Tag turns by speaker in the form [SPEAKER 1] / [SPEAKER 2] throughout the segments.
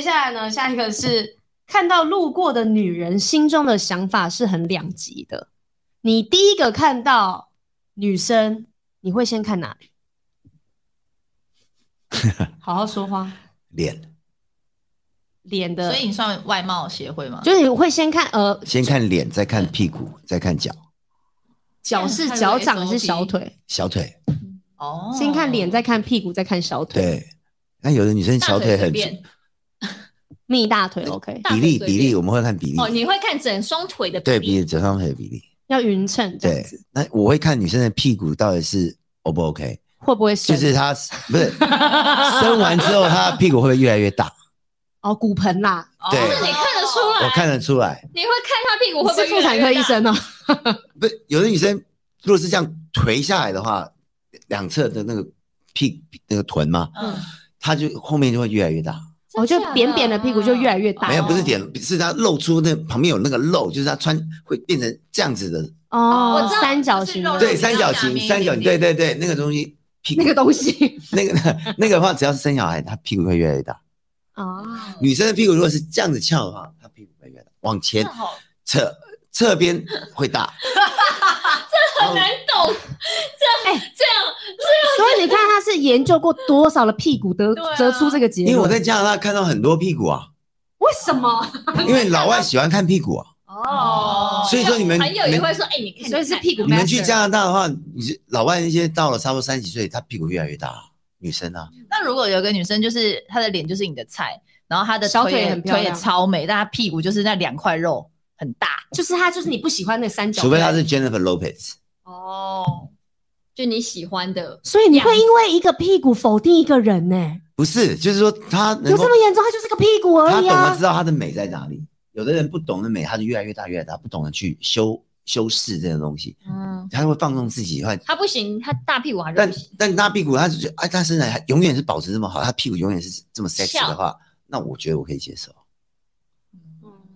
[SPEAKER 1] 下来呢，下一个是看到路过的女人，心中的想法是很两极的。你第一个看到女生，你会先看哪 里？好好说话，
[SPEAKER 2] 脸，
[SPEAKER 1] 脸的，
[SPEAKER 3] 所以你算外貌协会吗？
[SPEAKER 1] 就是你会先看呃
[SPEAKER 2] 先看脸，再看屁
[SPEAKER 3] 嗯
[SPEAKER 2] 股，再看脚、
[SPEAKER 1] 脚是
[SPEAKER 3] 看
[SPEAKER 1] 脚
[SPEAKER 3] 了
[SPEAKER 1] 掌还是
[SPEAKER 3] SOP
[SPEAKER 1] 小腿，
[SPEAKER 2] 小腿。
[SPEAKER 3] 哦，
[SPEAKER 1] 先看脸，再看屁股，再看小腿，
[SPEAKER 2] 对，那有的女生
[SPEAKER 3] 大
[SPEAKER 2] 小腿
[SPEAKER 3] 随
[SPEAKER 2] 很
[SPEAKER 3] 便
[SPEAKER 1] 蜜大腿 OK，
[SPEAKER 3] 大
[SPEAKER 2] 比
[SPEAKER 3] 腿
[SPEAKER 2] 例
[SPEAKER 3] 随
[SPEAKER 2] 比
[SPEAKER 3] 便
[SPEAKER 2] 例，我们会看比例。
[SPEAKER 3] 哦，你会看整双腿的
[SPEAKER 2] 对比
[SPEAKER 3] 比
[SPEAKER 2] 例，整双腿的比例。
[SPEAKER 1] 要匀称这样
[SPEAKER 2] 对
[SPEAKER 1] 子，，
[SPEAKER 2] 那我会看女生的屁股到底是 O 不 OK，
[SPEAKER 1] 会不会
[SPEAKER 2] 就
[SPEAKER 1] 生？
[SPEAKER 2] 是她不 是生完之后，她的屁股会不会越来越大？
[SPEAKER 1] 哦骨盆啦，
[SPEAKER 2] 对
[SPEAKER 3] 哦是你看得出来，
[SPEAKER 2] 我看得出来。
[SPEAKER 3] 你会看他屁股会不
[SPEAKER 1] 是
[SPEAKER 3] 会
[SPEAKER 1] 妇产科医生哦，
[SPEAKER 2] 不是，有的女生如果是这样垂下来的话，两侧的那个屁那个臀嘛，
[SPEAKER 3] 嗯，
[SPEAKER 2] 她就后面就会越来越大。
[SPEAKER 1] 哦就扁扁的屁股就越来越
[SPEAKER 3] 哦
[SPEAKER 1] 大
[SPEAKER 2] 没有，不是点，是她露出那旁边有那个肉，就是她穿会变成这样子的，
[SPEAKER 3] 哦
[SPEAKER 1] 哦
[SPEAKER 3] 我知，道
[SPEAKER 1] 三角形的
[SPEAKER 3] 就是肉
[SPEAKER 2] 对，
[SPEAKER 3] 肉
[SPEAKER 2] 三角
[SPEAKER 3] 比较
[SPEAKER 2] 形，
[SPEAKER 3] 下
[SPEAKER 2] 三
[SPEAKER 3] 面一
[SPEAKER 2] 角形，
[SPEAKER 3] 点
[SPEAKER 2] 对
[SPEAKER 3] 点
[SPEAKER 2] 对对，那个东西屁 股
[SPEAKER 1] 那个东西
[SPEAKER 2] 那个 那个的话，只要是生小孩，她屁股会越来越大。
[SPEAKER 1] 啊，
[SPEAKER 2] 女生的屁股如果是这样子翘的话，她屁股会越来越大，往前
[SPEAKER 3] 这好
[SPEAKER 2] 侧侧边 会大，
[SPEAKER 3] 很难懂，这样这样
[SPEAKER 1] 所以你看他是研究过多少的屁股得
[SPEAKER 3] 对啊
[SPEAKER 1] 得出这个结
[SPEAKER 2] 因
[SPEAKER 1] 论？
[SPEAKER 2] 为我在加拿大看到很多屁股 啊，
[SPEAKER 1] 为什么？
[SPEAKER 2] 因为老外喜欢看屁股啊。
[SPEAKER 1] 哦
[SPEAKER 2] 所以说你们
[SPEAKER 3] 朋友
[SPEAKER 2] 你
[SPEAKER 3] 也
[SPEAKER 2] 们
[SPEAKER 3] 会说，哎，你看，
[SPEAKER 1] 所以是
[SPEAKER 3] 看
[SPEAKER 1] 屁股
[SPEAKER 2] 你们去
[SPEAKER 1] master
[SPEAKER 2] 加拿大的话，你是老外那些到了差不多三十岁，她屁股越来越大，女生啊，
[SPEAKER 3] 那如果有个女生，就是她的脸就是你的菜，然后她的
[SPEAKER 1] 小腿
[SPEAKER 3] 腿也
[SPEAKER 1] 很漂
[SPEAKER 3] 腿也
[SPEAKER 1] 亮
[SPEAKER 3] 超美，但她屁股就是那两块肉很大
[SPEAKER 1] 就是他就是你不喜欢那三角，
[SPEAKER 2] 除非她是 Jennifer Lopez，
[SPEAKER 3] 哦，
[SPEAKER 4] 就你喜欢的，
[SPEAKER 1] 所以你会因为一个屁股否定一个人呢、
[SPEAKER 2] 不是，就是说她能
[SPEAKER 1] 有
[SPEAKER 2] 够
[SPEAKER 1] 这么严重？他就是个屁股而
[SPEAKER 2] 她
[SPEAKER 1] 已
[SPEAKER 2] 懂得
[SPEAKER 1] 啊
[SPEAKER 2] 知。道她的美在哪里。有的人不懂得美，她就越来越大，越来越大，不懂得去修修饰这种东西，
[SPEAKER 3] 嗯，
[SPEAKER 2] 她会放纵自己，会。
[SPEAKER 4] 他不行，他大屁股还是
[SPEAKER 2] 但
[SPEAKER 4] 不行。
[SPEAKER 2] 但她屁股，她就觉得哎，她身材还永远是保持这么好，她屁股永远是这么 sexy 的话，那我觉得我可以接受。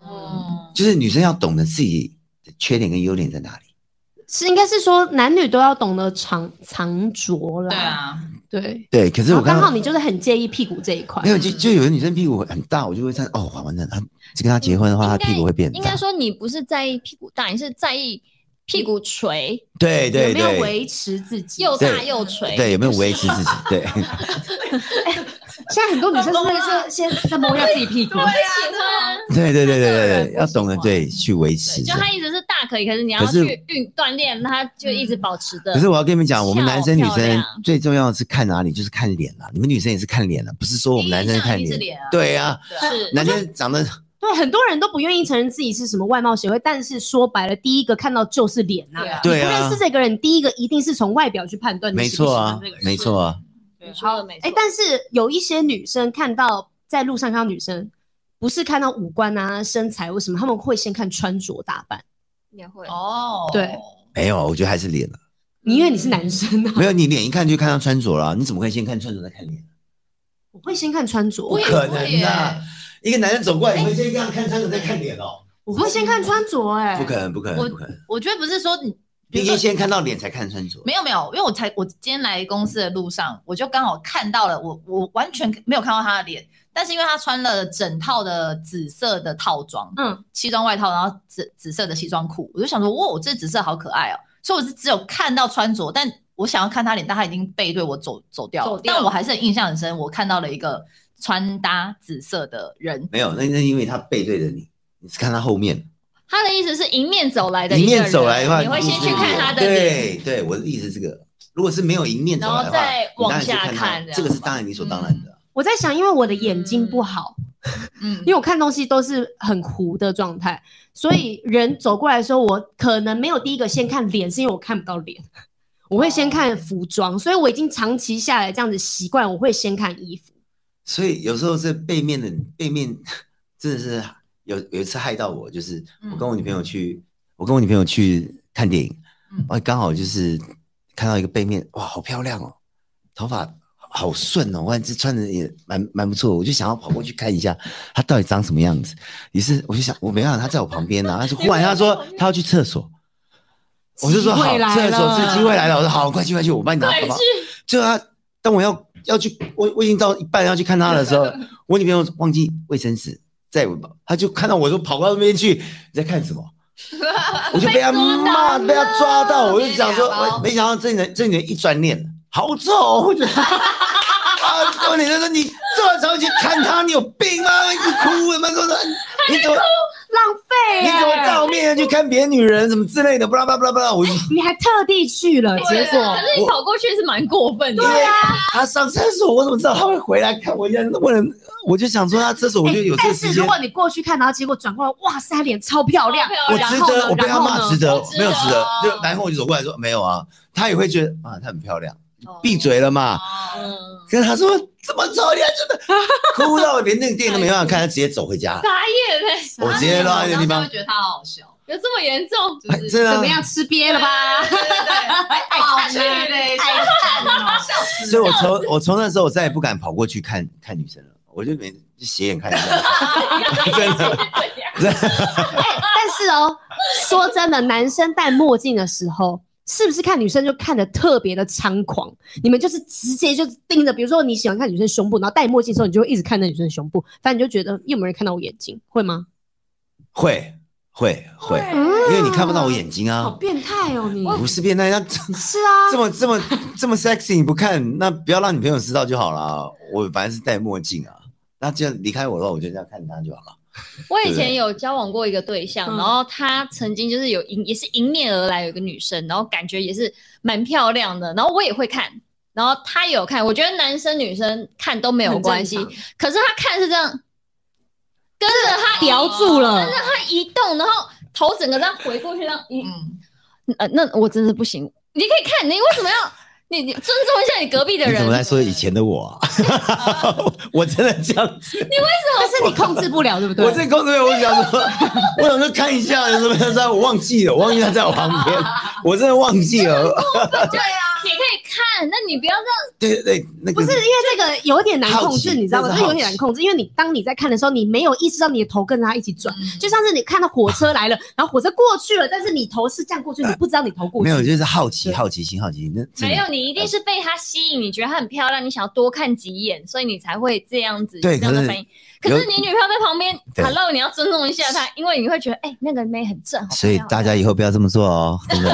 [SPEAKER 4] 嗯，
[SPEAKER 2] 就是女生要懂得自己的缺点跟优点在哪里。
[SPEAKER 1] 是应该是说男女都要懂得藏藏拙啦。
[SPEAKER 3] 对，啊，
[SPEAKER 1] 对。
[SPEAKER 2] 对，可是
[SPEAKER 1] 然
[SPEAKER 2] 我
[SPEAKER 1] 后哦
[SPEAKER 2] 看
[SPEAKER 1] 刚
[SPEAKER 2] 到
[SPEAKER 1] 好你就是很介意屁股这一块
[SPEAKER 2] 没，有，就就有的女生屁股很大，我就会看哦，完完蛋，她跟她结婚的话，她
[SPEAKER 4] 应该
[SPEAKER 2] 屁股会变大。
[SPEAKER 4] 应该说你不是在意屁股大，你是在意屁股垂，
[SPEAKER 2] 对对
[SPEAKER 1] 有没有
[SPEAKER 2] 对，
[SPEAKER 1] 维持自己？
[SPEAKER 4] 又大
[SPEAKER 2] 对
[SPEAKER 4] 又垂。
[SPEAKER 2] 对有没有维持自己？对，
[SPEAKER 1] 现在很多女生是不是先在摸一下自己屁股？
[SPEAKER 2] 对对对对
[SPEAKER 3] 个
[SPEAKER 2] 对
[SPEAKER 3] 人
[SPEAKER 2] 对，
[SPEAKER 3] 不
[SPEAKER 2] 要
[SPEAKER 3] 喜
[SPEAKER 2] 懂得
[SPEAKER 3] 欢
[SPEAKER 2] 对去维持
[SPEAKER 4] 对，就
[SPEAKER 2] 这
[SPEAKER 4] 他
[SPEAKER 2] 样。
[SPEAKER 4] 一直是大可以，可是你要
[SPEAKER 2] 可是嗯
[SPEAKER 4] 去运锻炼，他就一直保持的。
[SPEAKER 2] 可是我要跟你们讲，我们
[SPEAKER 4] 笑
[SPEAKER 2] 男生女
[SPEAKER 4] 漂
[SPEAKER 2] 生
[SPEAKER 4] 亮
[SPEAKER 2] 最重要的是看哪里，就是看脸啦。你们女生也是看脸啦，不是说我们
[SPEAKER 3] 第一
[SPEAKER 2] 男生
[SPEAKER 3] 印象
[SPEAKER 2] 看
[SPEAKER 3] 一定是
[SPEAKER 2] 脸。
[SPEAKER 3] 脸啊
[SPEAKER 2] 对啊，
[SPEAKER 4] 是
[SPEAKER 2] 男生长得
[SPEAKER 1] 对，很多人都不愿意承认自己是什么外貌协会，但是说白了，第一个看到就是脸呐、
[SPEAKER 3] 对啊
[SPEAKER 2] 对
[SPEAKER 1] 不认
[SPEAKER 2] 啊
[SPEAKER 1] 识，这个人，第一个一定是从外表去判断你
[SPEAKER 2] 没
[SPEAKER 1] 喜不喜
[SPEAKER 2] 错
[SPEAKER 1] 欢
[SPEAKER 2] 啊
[SPEAKER 1] 这个人。，
[SPEAKER 2] 没错啊。
[SPEAKER 3] 对
[SPEAKER 4] 好，没
[SPEAKER 1] 哎、
[SPEAKER 4] 错。
[SPEAKER 1] 但是有一些女生看到在路上看到女生，不是看到五官啊、身材为什么，他们会先看穿着打扮。
[SPEAKER 4] 也会
[SPEAKER 3] 哦，
[SPEAKER 1] 哎对
[SPEAKER 2] 没有，我觉得还是脸了。
[SPEAKER 1] 你因为你是男生
[SPEAKER 3] 嗯
[SPEAKER 1] 啊，
[SPEAKER 2] 没有，你脸一看就看到穿着啦，你怎么可以先看穿着再看脸？
[SPEAKER 1] 我会先看穿着，
[SPEAKER 3] 我
[SPEAKER 1] 我
[SPEAKER 3] 也
[SPEAKER 2] 不可能啊
[SPEAKER 3] 会耶
[SPEAKER 2] 的、一个男人走过
[SPEAKER 4] 哎
[SPEAKER 2] 来，你会先这样看穿着再看脸哦？
[SPEAKER 1] 会先看穿着、哎，
[SPEAKER 2] 不可能，不可
[SPEAKER 3] 我
[SPEAKER 2] 能，不可能！
[SPEAKER 3] 我觉得不是说你，
[SPEAKER 2] 毕竟先看到脸才看穿着。
[SPEAKER 3] 没有没有，因为我才我今天来公司的路上，我就刚好看到了，我我完全没有看到她的脸，但是因为她穿了整套的紫色的套装，
[SPEAKER 1] 嗯，
[SPEAKER 3] 西装外套，然后紫紫色的西装裤，我就想说，哇，这紫色好可爱哦、所以我是只有看到穿着，但我想要看她脸，但她已经背对我走走掉了
[SPEAKER 4] 走掉了
[SPEAKER 3] 但我还是很印象很深，我看到了一个穿搭紫色的人，
[SPEAKER 2] 没有，那那因为他背对着你，你是看他后面，
[SPEAKER 4] 他的意思是迎面走来的
[SPEAKER 2] 迎
[SPEAKER 4] 一个
[SPEAKER 2] 面
[SPEAKER 4] 人，
[SPEAKER 2] 走来的话，
[SPEAKER 4] 你会
[SPEAKER 2] 就
[SPEAKER 4] 先
[SPEAKER 2] 是
[SPEAKER 4] 去看他的脸，
[SPEAKER 2] 对对，我的意思是这个。如果是没有迎面走来的
[SPEAKER 4] 然
[SPEAKER 2] 话，
[SPEAKER 4] 后再
[SPEAKER 2] 你当然
[SPEAKER 4] 往
[SPEAKER 2] 是
[SPEAKER 4] 下
[SPEAKER 2] 看
[SPEAKER 4] 看
[SPEAKER 2] 他
[SPEAKER 4] 这样
[SPEAKER 2] 这个是当然理所当然的。
[SPEAKER 1] 我在想，因为我的眼睛不好，
[SPEAKER 3] 嗯
[SPEAKER 1] 因为我看东西都是很糊的状态，所以人走过来的时候，我可能没有第一个先看脸，是因为我看不到脸，我会先
[SPEAKER 2] 哦
[SPEAKER 1] 看服装，所以我已经长期下来这样子习惯，我会先看衣服。
[SPEAKER 2] 所以有时候这背面的背面 真的是有有一次害到我，就是
[SPEAKER 1] 嗯
[SPEAKER 2] 我跟我女朋友去，我跟我女朋友去看电影，
[SPEAKER 3] 嗯
[SPEAKER 2] 然后刚好就是看到一个背面，哇，好漂亮哦，头发好顺哦，哇，这穿的也蛮蛮不错，我就想要跑过去看一下她到底长什么样子。于是我就想，我没办法，她在我旁边呢、啊，她说忽然她说她要去厕所。我就说
[SPEAKER 1] 机
[SPEAKER 2] 好
[SPEAKER 1] 会，来
[SPEAKER 2] 厕所
[SPEAKER 1] 了
[SPEAKER 2] 是机会来了。我说好，快去快去，我帮你拿包包。最后她当我要要去，我我已经到一半要去看他的时候，我女朋友忘记卫生纸在我，她就看到我就跑到那边去，你在看什么？我就被他骂，被他抓到，我就想说，我没想到这女人这女人一转脸，好丑，我觉得。啊！重点就是你这么早去看他，你有病吗？一直哭，他妈说的，你怎么
[SPEAKER 1] 浪费
[SPEAKER 2] 你
[SPEAKER 1] 耶、
[SPEAKER 2] 怎么在我面前去看别的女人什么之类的，巴拉巴拉巴拉，我就
[SPEAKER 1] 你还特地去了，结果
[SPEAKER 4] 可是你跑过去是蛮过分的。
[SPEAKER 2] 因为
[SPEAKER 1] 啊
[SPEAKER 2] 他上厕所，我怎么知道他会回来看我？一下问了，我就想说他厕所，我就有这
[SPEAKER 1] 哎但
[SPEAKER 2] 个
[SPEAKER 1] 是
[SPEAKER 2] 时
[SPEAKER 1] 如
[SPEAKER 2] 间。
[SPEAKER 1] 果你过去看，然后结果转过来，哇塞，脸超漂亮，
[SPEAKER 2] 我
[SPEAKER 1] 然
[SPEAKER 2] 值
[SPEAKER 1] 后呢
[SPEAKER 2] 得，我被他
[SPEAKER 1] 然后
[SPEAKER 2] 骂
[SPEAKER 1] 呢
[SPEAKER 2] 值得
[SPEAKER 3] 我，值得
[SPEAKER 2] 没有值得
[SPEAKER 3] 哦。
[SPEAKER 2] 就然后我就走过来说没有啊，他也会觉得啊，她很漂亮，闭嘴了嘛。
[SPEAKER 3] 哦
[SPEAKER 4] 嗯，
[SPEAKER 2] 跟他说这么丑，你还 真的哭到连那个电影都没办法看，他直接走回家。
[SPEAKER 4] 傻眼欸嘞，
[SPEAKER 2] 我直接拉一个地方
[SPEAKER 3] 然后他会觉得他好好笑，
[SPEAKER 4] 有这么严重？
[SPEAKER 3] 就是
[SPEAKER 2] 真的
[SPEAKER 1] 怎么
[SPEAKER 2] 啊，
[SPEAKER 1] 样吃瘪了吧？
[SPEAKER 3] 对对对，爱看嘞，爱看哦，笑死
[SPEAKER 2] 所以我从我从那时候我再也不敢跑过去看看女生了，我就每就斜眼看一下， 真的。
[SPEAKER 1] 但是哦，说真的，男生戴墨镜的时候，是不是看女生就看得特别的猖狂？你们就是直接就盯着，比如说你喜欢看女生胸部，然后戴墨镜的时候，你就会一直看那女生的胸部，反正你就觉得又没有人看到我眼睛，会吗？
[SPEAKER 2] 会会会，因为你看不到我眼睛
[SPEAKER 1] 好
[SPEAKER 2] 啊，
[SPEAKER 1] 变态哦，你
[SPEAKER 2] 不是变态，那
[SPEAKER 1] 是啊
[SPEAKER 2] 这么这么这么 sexy 你不看，那不要让女朋友知道就好了。我反正是戴墨镜啊，那这样离开我的话，我就这样看他就好了。
[SPEAKER 4] 我以前有交往过一个对象，
[SPEAKER 1] 嗯
[SPEAKER 4] 然后她曾经就是有迎也是迎面而来有一个女生，然后感觉也是蛮漂亮的，然后我也会看，然后她也有看，我觉得男生女生看都没有关系，
[SPEAKER 1] 很正
[SPEAKER 4] 可是她看是这样，跟着她
[SPEAKER 1] 叼住了，
[SPEAKER 4] 她移动，然后头整个这样回过去，这样移
[SPEAKER 3] 嗯，
[SPEAKER 4] 呃，那我真的不行。你可以看，你为什么要你你尊重一下你隔壁的
[SPEAKER 2] 你
[SPEAKER 4] 人？
[SPEAKER 2] 怎么在说以前的我、啊？ 我真的这样子，
[SPEAKER 1] 但是你控制不了，对不对？
[SPEAKER 2] 我这工作人员，我想说，我想说看一下有什么样子啊，我忘记了，我忘记他在我旁边，我真的忘记了。
[SPEAKER 3] 对啊，
[SPEAKER 4] 你可以看，那你不要这样。
[SPEAKER 2] 对对对，那
[SPEAKER 1] 不
[SPEAKER 2] 个
[SPEAKER 1] 是因为这个有点难控
[SPEAKER 2] 好
[SPEAKER 1] 制，
[SPEAKER 2] 奇
[SPEAKER 1] 你知道吗？
[SPEAKER 2] 那
[SPEAKER 1] 这
[SPEAKER 2] 是好
[SPEAKER 1] 有点难控制，因为你当你在看的时候，你没有意识到你的头跟着它一起转，
[SPEAKER 4] 嗯
[SPEAKER 1] 就像是你看到火车来了，然后火车过去了，但是你头是这样过去，你不知道你头过
[SPEAKER 2] 呃没
[SPEAKER 1] 去。
[SPEAKER 2] 有，就是好奇，
[SPEAKER 1] 对
[SPEAKER 2] 好奇心，好奇心。那真的
[SPEAKER 4] 没有，你一定是被她吸引，你觉得她很漂亮，你想要多看几眼，所以你才会这样子
[SPEAKER 2] 对
[SPEAKER 4] 这样
[SPEAKER 2] 可
[SPEAKER 4] 的
[SPEAKER 2] 是
[SPEAKER 4] 反应。可
[SPEAKER 2] 有
[SPEAKER 4] 是你女朋友在旁边
[SPEAKER 2] 对
[SPEAKER 4] ，Hello，你要尊重一下她，因为你会觉得，哎、那个妹很正，好
[SPEAKER 2] 所以
[SPEAKER 4] 漂亮
[SPEAKER 2] 大家以后不要这么做哦，真 的。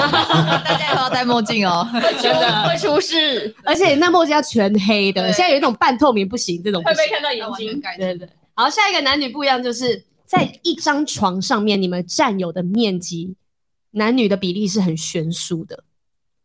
[SPEAKER 3] 大家也要戴墨镜哦，
[SPEAKER 4] 会出会出事，
[SPEAKER 1] 而且那墨镜要全黑的，
[SPEAKER 3] 对
[SPEAKER 1] 现在有一种半透明不行，这种不
[SPEAKER 4] 会被
[SPEAKER 1] 行。
[SPEAKER 4] 看到眼
[SPEAKER 3] 完全
[SPEAKER 4] 睛。
[SPEAKER 3] 改
[SPEAKER 1] 对对。好，下一个男女不一样，就是在一张床上面，你们占有的面积，男女的比例是很悬殊的。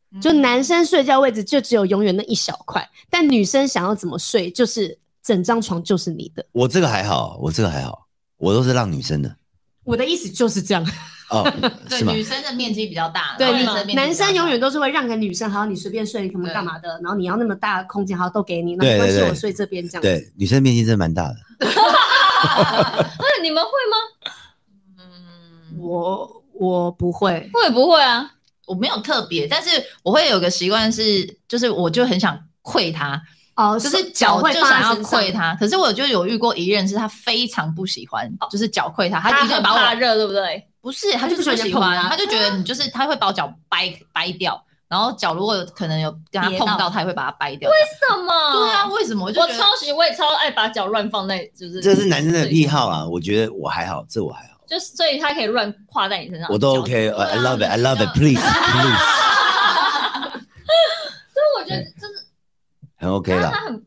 [SPEAKER 3] 嗯
[SPEAKER 1] 就男生睡觉位置就只有永远那一小块，但女生想要怎么睡，就是整张床就是你的。
[SPEAKER 2] 我这个还好，我这个还好，我都是让女生的
[SPEAKER 1] 我的意思就是这样，
[SPEAKER 2] 哦，
[SPEAKER 3] 对
[SPEAKER 2] 是吗
[SPEAKER 3] 女？生的面积比较大，
[SPEAKER 1] 对，
[SPEAKER 3] 然
[SPEAKER 1] 你
[SPEAKER 3] 后男生的面积比较
[SPEAKER 1] 男生
[SPEAKER 3] 小
[SPEAKER 1] 永远都是会让给女生，好，你随便睡，你干嘛
[SPEAKER 3] 对
[SPEAKER 1] 干嘛的，然后你要那么大的空间，好，都给你，那
[SPEAKER 2] 对
[SPEAKER 1] 没关系，
[SPEAKER 2] 对对
[SPEAKER 1] 我睡这边这样。，
[SPEAKER 2] 对，女生面积真的蛮大的。
[SPEAKER 4] 那你们会吗？
[SPEAKER 3] 嗯
[SPEAKER 1] 我我不会，
[SPEAKER 4] 会不会啊？
[SPEAKER 3] 我没有特别，但是我会有个习惯是，就是我就很想跪他，
[SPEAKER 1] 哦，
[SPEAKER 3] 就是
[SPEAKER 1] 手
[SPEAKER 3] 脚
[SPEAKER 1] 会
[SPEAKER 3] 就
[SPEAKER 1] 放在
[SPEAKER 3] 想要
[SPEAKER 1] 身上
[SPEAKER 3] 跪他。可是我就有遇过一任是他非常不喜欢，就是脚跪他，他
[SPEAKER 4] 她
[SPEAKER 3] 一定
[SPEAKER 4] 很
[SPEAKER 3] 把
[SPEAKER 4] 怕
[SPEAKER 3] 我
[SPEAKER 4] 热，对不对？
[SPEAKER 3] 不是，他
[SPEAKER 1] 她就
[SPEAKER 3] 就
[SPEAKER 1] 不
[SPEAKER 3] 是不
[SPEAKER 1] 喜欢人
[SPEAKER 3] 喜
[SPEAKER 1] 家碰
[SPEAKER 3] 欢，
[SPEAKER 1] 她
[SPEAKER 3] 他就觉得你就是他会把我脚掰掰掉，然后脚如果可能有跟他
[SPEAKER 1] 别
[SPEAKER 3] 碰
[SPEAKER 1] 到
[SPEAKER 3] 到，他也会把它掰掉。
[SPEAKER 4] 什么？
[SPEAKER 3] 对啊，，为什么？我就
[SPEAKER 4] 我
[SPEAKER 3] 觉得
[SPEAKER 4] 超喜，我也超爱把脚乱放在，就是
[SPEAKER 2] 这是男生的癖好啊，我觉得我还好，这我还好，
[SPEAKER 4] 就是所以他可以乱跨在你身上，
[SPEAKER 2] 我都
[SPEAKER 4] 脚
[SPEAKER 2] OK。呃
[SPEAKER 4] 啊
[SPEAKER 2] I love it, I love it, please, please，
[SPEAKER 4] 所以我觉得就是
[SPEAKER 2] 很 OK
[SPEAKER 4] 他
[SPEAKER 2] 啦。
[SPEAKER 4] 他很，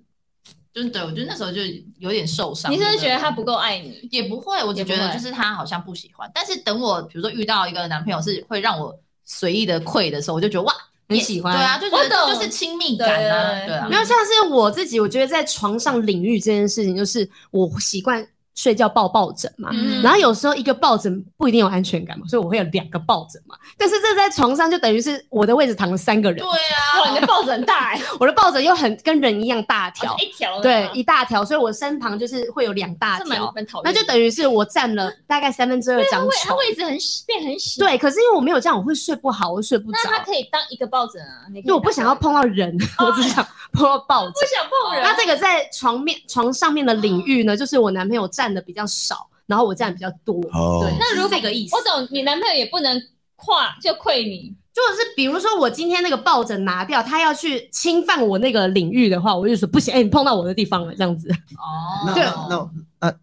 [SPEAKER 3] 就是对我觉得那时候就有点受伤。
[SPEAKER 4] 你是不是
[SPEAKER 3] 对
[SPEAKER 4] 觉得他不够爱你？
[SPEAKER 3] 也不会，我只
[SPEAKER 4] 也不
[SPEAKER 3] 觉得
[SPEAKER 4] 会
[SPEAKER 3] 就是他好像不喜欢。但是等我比如说遇到一个男朋友是会让我随意的跪的时候，我就觉得哇，
[SPEAKER 1] 很
[SPEAKER 3] 也
[SPEAKER 1] 喜欢
[SPEAKER 3] 对啊，就觉得
[SPEAKER 4] 我
[SPEAKER 3] 这
[SPEAKER 4] 懂
[SPEAKER 3] 就是亲密感啊，
[SPEAKER 4] 对
[SPEAKER 3] 对啊
[SPEAKER 1] 没。有，像是我自己，我觉得在床上领域这件事情，就是我习惯睡觉抱抱枕嘛，
[SPEAKER 4] 嗯
[SPEAKER 1] 然后有时候一个抱枕不一定有安全感嘛，所以我会有两个抱枕嘛。但是这在床上就等于是我的位置躺了三个人
[SPEAKER 3] 对，啊，
[SPEAKER 4] 哇，你的抱枕很 大哎，
[SPEAKER 1] 我的抱枕又很跟人一样大条
[SPEAKER 4] 条，一条的
[SPEAKER 1] 对
[SPEAKER 4] 啊，
[SPEAKER 1] 一大条，所以我身旁就是会有两大
[SPEAKER 4] 这蛮
[SPEAKER 1] 条，
[SPEAKER 4] 蛮讨厌的，
[SPEAKER 1] 那就等于是我占了大概三分之二张
[SPEAKER 4] 位啊他
[SPEAKER 1] 床。
[SPEAKER 4] 位置很小变很小，，
[SPEAKER 1] 对，可是因为我没有这样，我会睡不好，我会睡不着
[SPEAKER 4] 那，他可以当一个抱枕啊，你可以
[SPEAKER 1] 因为我不
[SPEAKER 4] 当
[SPEAKER 1] 想要碰到 人，我只想碰到抱枕
[SPEAKER 4] 不。想碰人，啊
[SPEAKER 1] 那这个在床面床上面的领域呢，就是我男朋友占的比较少，然后我占的比较多。
[SPEAKER 2] 哦
[SPEAKER 1] 对，
[SPEAKER 4] 那如果
[SPEAKER 1] 是这个意思
[SPEAKER 4] 我，懂，你男朋友也不能跨就愧你，
[SPEAKER 1] 就就是比如说我今天那个抱枕拿掉，他要去侵犯我那个领域的话，我就说不行，哎、你碰到我的地方了，这样子。
[SPEAKER 3] 哦
[SPEAKER 2] 那
[SPEAKER 1] 对
[SPEAKER 2] 那那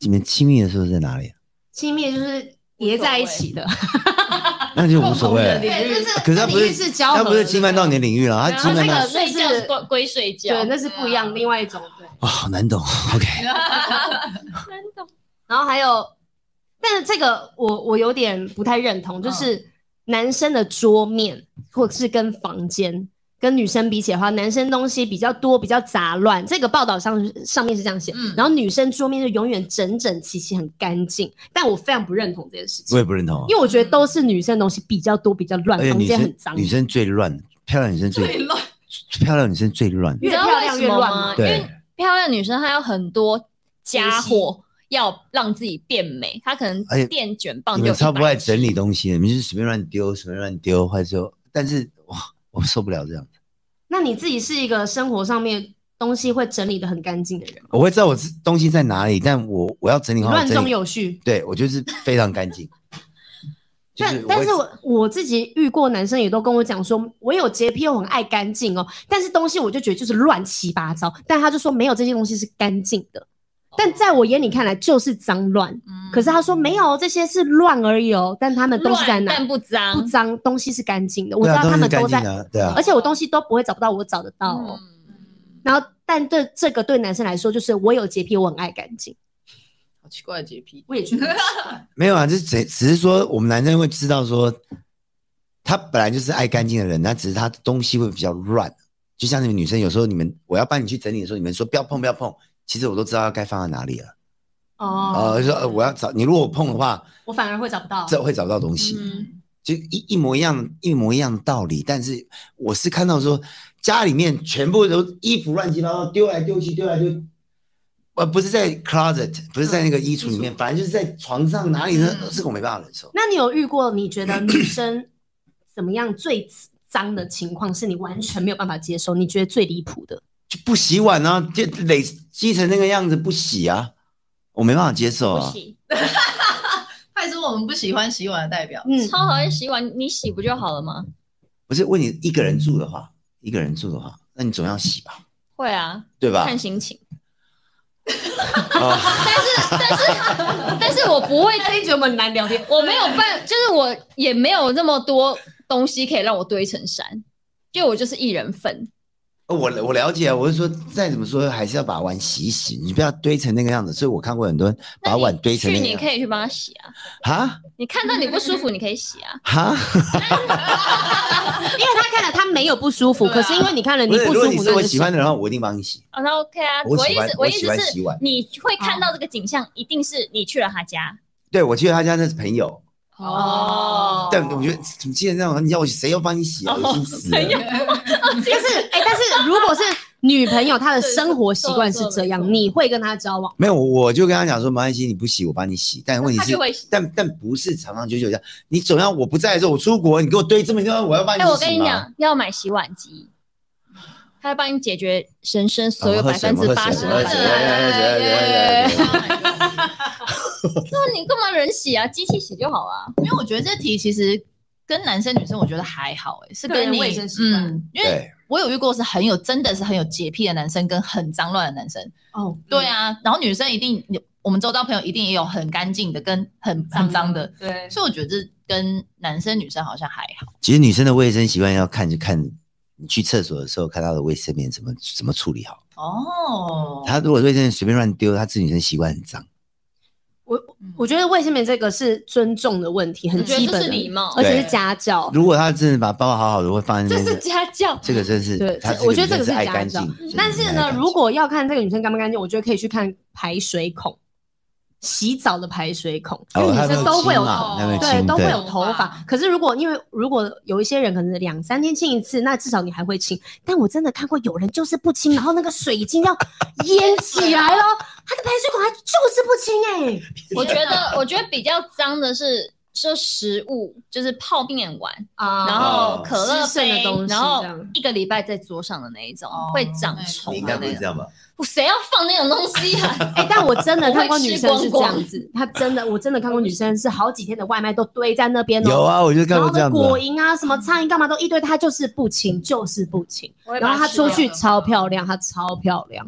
[SPEAKER 2] 你们亲密的时候在哪里？
[SPEAKER 1] 亲密就是叠在一起的，
[SPEAKER 2] 啊那就无所谓
[SPEAKER 3] 共同的
[SPEAKER 2] 了
[SPEAKER 3] 领。域
[SPEAKER 1] 对，就是
[SPEAKER 2] 可是他
[SPEAKER 1] 领
[SPEAKER 2] 不
[SPEAKER 1] 域
[SPEAKER 2] 是
[SPEAKER 1] 是交合
[SPEAKER 2] 他
[SPEAKER 1] 的，
[SPEAKER 2] 不是侵犯到你的领域了，他
[SPEAKER 4] 然
[SPEAKER 2] 侵
[SPEAKER 4] 后
[SPEAKER 2] 犯
[SPEAKER 4] 啊那
[SPEAKER 2] 到
[SPEAKER 4] 个
[SPEAKER 1] 到
[SPEAKER 4] 睡觉
[SPEAKER 1] 那
[SPEAKER 4] 是
[SPEAKER 1] 是
[SPEAKER 4] 归归睡觉，
[SPEAKER 1] 对，那是不一样，另外一种对。
[SPEAKER 2] 哇，哦好难懂。OK，啊
[SPEAKER 4] 真的
[SPEAKER 1] 然后还有，但是这个我我有点不太认同，就是男生的桌面或者是跟房间跟女生比起来的话，男生东西比较多，比较杂乱。这个报道上上面是这样写，
[SPEAKER 3] 嗯
[SPEAKER 1] 然后女生桌面就永远整整齐齐，很干净。但我非常不认同这件事
[SPEAKER 2] 我
[SPEAKER 1] 情，
[SPEAKER 2] 也不认同啊
[SPEAKER 1] 因。为我觉得都是女生东西比较多，比较乱，
[SPEAKER 2] 而且
[SPEAKER 1] 房
[SPEAKER 2] 女
[SPEAKER 1] 间很
[SPEAKER 2] 生
[SPEAKER 1] 脏。
[SPEAKER 2] 女生最乱，漂亮女生最
[SPEAKER 3] 最乱，
[SPEAKER 2] 漂亮女生最乱。
[SPEAKER 1] 越漂亮越乱嘛
[SPEAKER 4] 你知道为什么吗因
[SPEAKER 2] 对
[SPEAKER 4] 为漂亮女生她有很多家伙要让自己变美，她可能
[SPEAKER 2] 而且
[SPEAKER 4] 电卷棒
[SPEAKER 2] 哎你
[SPEAKER 4] 就
[SPEAKER 2] 们超不爱整
[SPEAKER 4] 理，
[SPEAKER 2] 理东西的，你们就是随便乱丢，随便乱丢，或者说，但是哇，我受不了这样。
[SPEAKER 1] 那你自己是一个生活上面东西会整理的很干净的人吗，
[SPEAKER 2] 我会知道我自东西在哪里，但我我要整理好，
[SPEAKER 1] 乱
[SPEAKER 2] 我整
[SPEAKER 1] 中
[SPEAKER 2] 理。
[SPEAKER 1] 有序。
[SPEAKER 2] 对我就是非常干净。就
[SPEAKER 1] 但
[SPEAKER 2] 会
[SPEAKER 1] 但是我我自己遇过男生也都跟我讲说，我有洁癖又很爱干净哦，但是东西我就觉得就是乱七八糟，但他就说没有这些东西是干净的，但在我眼里看来就是脏乱。
[SPEAKER 3] 嗯
[SPEAKER 1] 可是他说没有，这些是乱而已哦，但他们东西在
[SPEAKER 4] 乱
[SPEAKER 1] 哪？
[SPEAKER 4] 但
[SPEAKER 1] 不
[SPEAKER 4] 不脏，
[SPEAKER 1] 脏，东西是干净的，我
[SPEAKER 2] 对
[SPEAKER 1] 知
[SPEAKER 2] 啊，
[SPEAKER 1] 道
[SPEAKER 2] 都
[SPEAKER 1] 他
[SPEAKER 2] 是
[SPEAKER 1] 们都
[SPEAKER 2] 干
[SPEAKER 1] 在
[SPEAKER 2] 净，的啊，对啊
[SPEAKER 1] 而。且我东西都不会找不到，我找得到哦。
[SPEAKER 3] 嗯
[SPEAKER 1] 然后，但对这个对男生来说，就是我有洁癖，我很爱干净，
[SPEAKER 3] 好奇怪的洁癖，
[SPEAKER 1] 我也觉得
[SPEAKER 2] 没有啊，就只只是说我们男生会知道说，他本来就是爱干净的人，那只是他的东西会比较乱。就像你们女生有时候你们我要帮你去整理的时候，你们说不要碰不要碰，其实我都知道该放在哪里了。
[SPEAKER 1] 哦，
[SPEAKER 2] 哦，就说呃我要找你，如果我碰的话，
[SPEAKER 1] 我反而会找不到。
[SPEAKER 2] 这会找到东西，
[SPEAKER 4] 哦嗯
[SPEAKER 2] 就一一模一样一模一样的道理。但是我是看到说家里面全部都衣服乱七八糟丢来丢去丢来丢去。呃，不是在 closet，不是在那个衣橱里
[SPEAKER 4] 嗯
[SPEAKER 2] 面，反正就是在床上哪里呢？
[SPEAKER 3] 嗯
[SPEAKER 2] 这个我没办法忍受。
[SPEAKER 1] 那你有遇过你觉得女生怎么样最脏的情况，是你完全没有办法接受，你觉得最离谱的？
[SPEAKER 2] 就不洗碗啊，就累积成那个样子不洗啊，我没办法接受
[SPEAKER 4] 不
[SPEAKER 2] 啊。
[SPEAKER 4] 洗，
[SPEAKER 3] 他也是我们不喜欢洗碗的代表。
[SPEAKER 1] 嗯，
[SPEAKER 4] 超讨厌洗碗，你洗不就好了吗？
[SPEAKER 2] 不是问你一个人住的话，一个人住的话，那你总要洗吧，
[SPEAKER 4] 会啊，
[SPEAKER 2] 对吧？
[SPEAKER 4] 看心情，
[SPEAKER 2] 啊，
[SPEAKER 4] 但是但是但是我不会，
[SPEAKER 1] 那你觉得我们很难聊天？
[SPEAKER 4] 我没有办，就是我也没有那么多东西可以让我堆成山，就我就是一人份，
[SPEAKER 2] 我我了解啊，我是说再怎么说还是要把碗洗一洗，你不要堆成那个样子。所以我看过很多人
[SPEAKER 4] 那
[SPEAKER 2] 把
[SPEAKER 4] 你
[SPEAKER 2] 碗堆成
[SPEAKER 4] 去
[SPEAKER 2] 那个
[SPEAKER 4] 你
[SPEAKER 2] 样嗯
[SPEAKER 4] 可
[SPEAKER 2] 子。
[SPEAKER 4] 以去帮他洗啊，
[SPEAKER 2] 哈
[SPEAKER 4] 你看到你不舒服你可以洗啊，
[SPEAKER 2] 哈，
[SPEAKER 1] 因为他看了他没有不舒服，
[SPEAKER 3] 对啊
[SPEAKER 1] 可是因为你看了
[SPEAKER 2] 不
[SPEAKER 1] 你
[SPEAKER 2] 是，如
[SPEAKER 1] 舒
[SPEAKER 2] 果你
[SPEAKER 1] 服，
[SPEAKER 2] 是
[SPEAKER 1] 那
[SPEAKER 2] 我
[SPEAKER 1] 就
[SPEAKER 2] 喜
[SPEAKER 1] 是
[SPEAKER 2] 欢的人的话，我一定帮你洗。
[SPEAKER 4] 哦，那 OK 啊，
[SPEAKER 2] 我
[SPEAKER 4] 我
[SPEAKER 2] 喜
[SPEAKER 4] 意
[SPEAKER 2] 欢
[SPEAKER 4] 思
[SPEAKER 2] 我
[SPEAKER 4] 意
[SPEAKER 2] 喜
[SPEAKER 4] 思
[SPEAKER 2] 欢
[SPEAKER 4] 是
[SPEAKER 2] 洗碗，
[SPEAKER 4] 你会看到这个景象，一定是你去了他家
[SPEAKER 2] 对我去他家那是朋友，
[SPEAKER 3] 哦
[SPEAKER 2] 但我觉得怎么既然这样，你要我谁要帮你洗啊？
[SPEAKER 4] 哦
[SPEAKER 2] 我心死了。
[SPEAKER 1] 就是 哎、但是如果是女朋友，她的生活习惯是这
[SPEAKER 4] 没
[SPEAKER 1] 样，
[SPEAKER 4] 错
[SPEAKER 1] 你会跟她交往？
[SPEAKER 2] 没有，我就跟他讲说，没关系，你不洗我帮你洗。但问题
[SPEAKER 4] 他
[SPEAKER 2] 是
[SPEAKER 4] 就，会洗。
[SPEAKER 2] 但但不是长长久久这样，你总要我不在的时候，我出国，你给我堆这么多，我要帮你
[SPEAKER 4] 哎、
[SPEAKER 2] 洗吗？
[SPEAKER 4] 我跟你讲，要买洗碗机，他会帮你解决人生所有
[SPEAKER 2] 啊喝
[SPEAKER 4] 百
[SPEAKER 2] 水
[SPEAKER 4] 分之八
[SPEAKER 2] 喝
[SPEAKER 4] 十
[SPEAKER 2] 水
[SPEAKER 4] 的
[SPEAKER 2] 喝
[SPEAKER 4] 烦
[SPEAKER 2] 水
[SPEAKER 4] 恼。
[SPEAKER 2] 哎哎哎哎哎
[SPEAKER 4] 那你干嘛人洗啊？机器洗就好了。
[SPEAKER 3] 因为我觉得这题其实跟男生女生我觉得还好、欸，是
[SPEAKER 1] 个
[SPEAKER 3] 跟
[SPEAKER 1] 人
[SPEAKER 3] 你
[SPEAKER 1] 卫生习惯
[SPEAKER 3] 嗯，因为
[SPEAKER 2] 对，
[SPEAKER 3] 我有遇过是很有真的是很有洁癖的男生跟很脏乱的男生，
[SPEAKER 1] 哦，
[SPEAKER 3] 对，啊，然后女生一定你我们周遭朋友一定也有很干净的跟很很脏的，，
[SPEAKER 2] 嗯
[SPEAKER 1] 对，
[SPEAKER 3] 所以我觉得这跟男生女生好像还好，
[SPEAKER 2] 其实女生的卫生习惯要看就看你去厕所的时候，看她的卫生棉怎么怎么处理好。
[SPEAKER 3] 哦，
[SPEAKER 2] 她如果卫生棉随便乱丢，她自己女生习惯很脏。
[SPEAKER 3] 嗯
[SPEAKER 1] 我觉得卫生棉这个是尊重的问题，很
[SPEAKER 4] 我觉得
[SPEAKER 1] 基
[SPEAKER 4] 这
[SPEAKER 1] 本
[SPEAKER 4] 是礼
[SPEAKER 1] 的，
[SPEAKER 4] 貌，
[SPEAKER 1] 而且是
[SPEAKER 2] 对
[SPEAKER 1] 家教。
[SPEAKER 2] 如果她真的把包好好的，会放在
[SPEAKER 4] 这
[SPEAKER 2] 那
[SPEAKER 4] 是
[SPEAKER 2] 边，
[SPEAKER 4] 家教。
[SPEAKER 2] 这个真是
[SPEAKER 1] 对，
[SPEAKER 2] 她
[SPEAKER 1] 这我觉得这个
[SPEAKER 2] 是
[SPEAKER 1] 是
[SPEAKER 2] 爱
[SPEAKER 1] 家
[SPEAKER 2] 干
[SPEAKER 1] 教
[SPEAKER 2] 净。
[SPEAKER 1] 但是呢，如果要看这个女生干不干净，我觉得可以去看排水孔，洗澡的排水孔，
[SPEAKER 2] 哦
[SPEAKER 1] 因为女生都会有。
[SPEAKER 3] 有
[SPEAKER 1] 对，
[SPEAKER 2] 对
[SPEAKER 1] 都会
[SPEAKER 2] 对
[SPEAKER 1] 有头发。可是如果因为如果有一些人可能两三天清一次，那至少你还会清。但我真的看过有人就是不清，然后那个水已经要淹起来了，他的排水孔还就是不清哎、
[SPEAKER 4] 我觉得，我觉得比较脏的是就食物，就是泡面碗，
[SPEAKER 1] 啊
[SPEAKER 4] 然后
[SPEAKER 2] 哦
[SPEAKER 4] 可乐
[SPEAKER 1] 吃剩的
[SPEAKER 4] 杯
[SPEAKER 1] 东，西
[SPEAKER 4] 然后
[SPEAKER 1] 这样
[SPEAKER 4] 一个礼拜在桌上的那一种
[SPEAKER 3] 哦，
[SPEAKER 4] 会长
[SPEAKER 3] 好
[SPEAKER 4] 虫
[SPEAKER 2] 你应该
[SPEAKER 4] 的
[SPEAKER 2] 不是
[SPEAKER 4] 那
[SPEAKER 2] 这
[SPEAKER 4] 种。
[SPEAKER 2] 样吧？
[SPEAKER 4] 我谁要放那种东西 啊？
[SPEAKER 1] 哎、但我真的
[SPEAKER 4] 我会
[SPEAKER 1] 看过女生是这样
[SPEAKER 4] 吃
[SPEAKER 1] 子，她真的，我真的看过女生是好几天的外卖都堆在那边哦、
[SPEAKER 2] 有啊，我就
[SPEAKER 1] 然
[SPEAKER 2] 看过
[SPEAKER 1] 后
[SPEAKER 2] 这
[SPEAKER 1] 呢
[SPEAKER 2] 样子
[SPEAKER 1] 果
[SPEAKER 2] 啊。
[SPEAKER 1] 蝇啊，什么苍蝇干嘛都一堆，她就是不清，就是不清。然后她出去超漂亮，她超漂亮，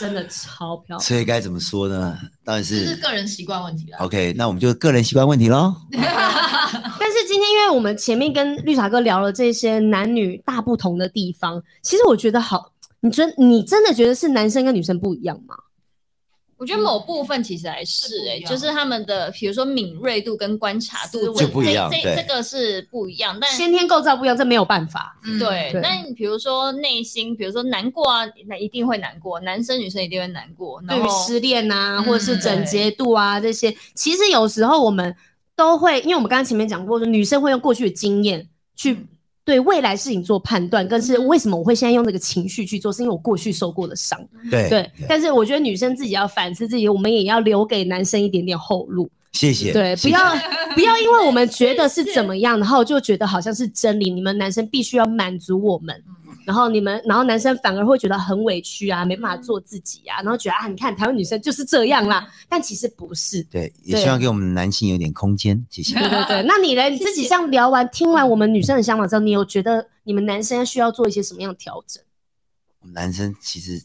[SPEAKER 1] 真的超漂亮。
[SPEAKER 2] 所以该怎么说呢？当然
[SPEAKER 3] 这是
[SPEAKER 2] 是
[SPEAKER 3] 个人习惯问题啦。
[SPEAKER 2] OK，那我们就个人习惯问题喽。
[SPEAKER 1] 但是今天因为我们前面跟绿茶哥聊了这些男女大不同的地方，其实我觉得好，你真你真的觉得是男生跟女生不一样吗？
[SPEAKER 4] 我觉得某部分其实还是
[SPEAKER 3] 是不
[SPEAKER 4] 哎、
[SPEAKER 3] 一样
[SPEAKER 4] 就是他们的比如说敏锐度跟观察
[SPEAKER 3] 思
[SPEAKER 4] 度
[SPEAKER 3] 维
[SPEAKER 4] 这
[SPEAKER 2] 就不一样
[SPEAKER 4] 这
[SPEAKER 2] 对
[SPEAKER 4] 这个是不一样，但
[SPEAKER 1] 先天构造不一样，这没有办法。
[SPEAKER 3] 嗯
[SPEAKER 4] 对
[SPEAKER 1] 对，
[SPEAKER 4] 那你比如说内心，比如说难过啊，那一定会难过，男生女生一定会难过，然
[SPEAKER 1] 对于
[SPEAKER 4] 后
[SPEAKER 1] 失恋呐、
[SPEAKER 3] 嗯
[SPEAKER 1] 或者是整洁度啊这些，其实有时候我们都会，因为我们刚刚前面讲过，说女生会用过去的经验去
[SPEAKER 3] 嗯
[SPEAKER 1] 对未来事情做判断，更是为什么我会现在用这个情绪去做，是因为我过去受过的伤。
[SPEAKER 2] 对
[SPEAKER 1] 对，但是我觉得女生自己要反思自己，我们也要留给男生一点点后路。
[SPEAKER 2] 谢谢。
[SPEAKER 1] 对，不
[SPEAKER 2] 谢谢
[SPEAKER 1] 要不要因为我们觉得是怎么样，然后就觉得好像是真理。你们男生必须要满足我们，然后你们，然后男生反而会觉得很委屈啊，没办法做自己啊，然后觉得啊，你看台湾女生就是这样啦，但其实不是。
[SPEAKER 2] 对，也
[SPEAKER 1] 对
[SPEAKER 2] 希望给我们男性有点空间，谢谢。
[SPEAKER 1] 对对对，那你嘞？你自己这样聊完、听完我们女生的想法之后，你有觉得你们男生需要做一些什么样的调整？
[SPEAKER 2] 我们男生其实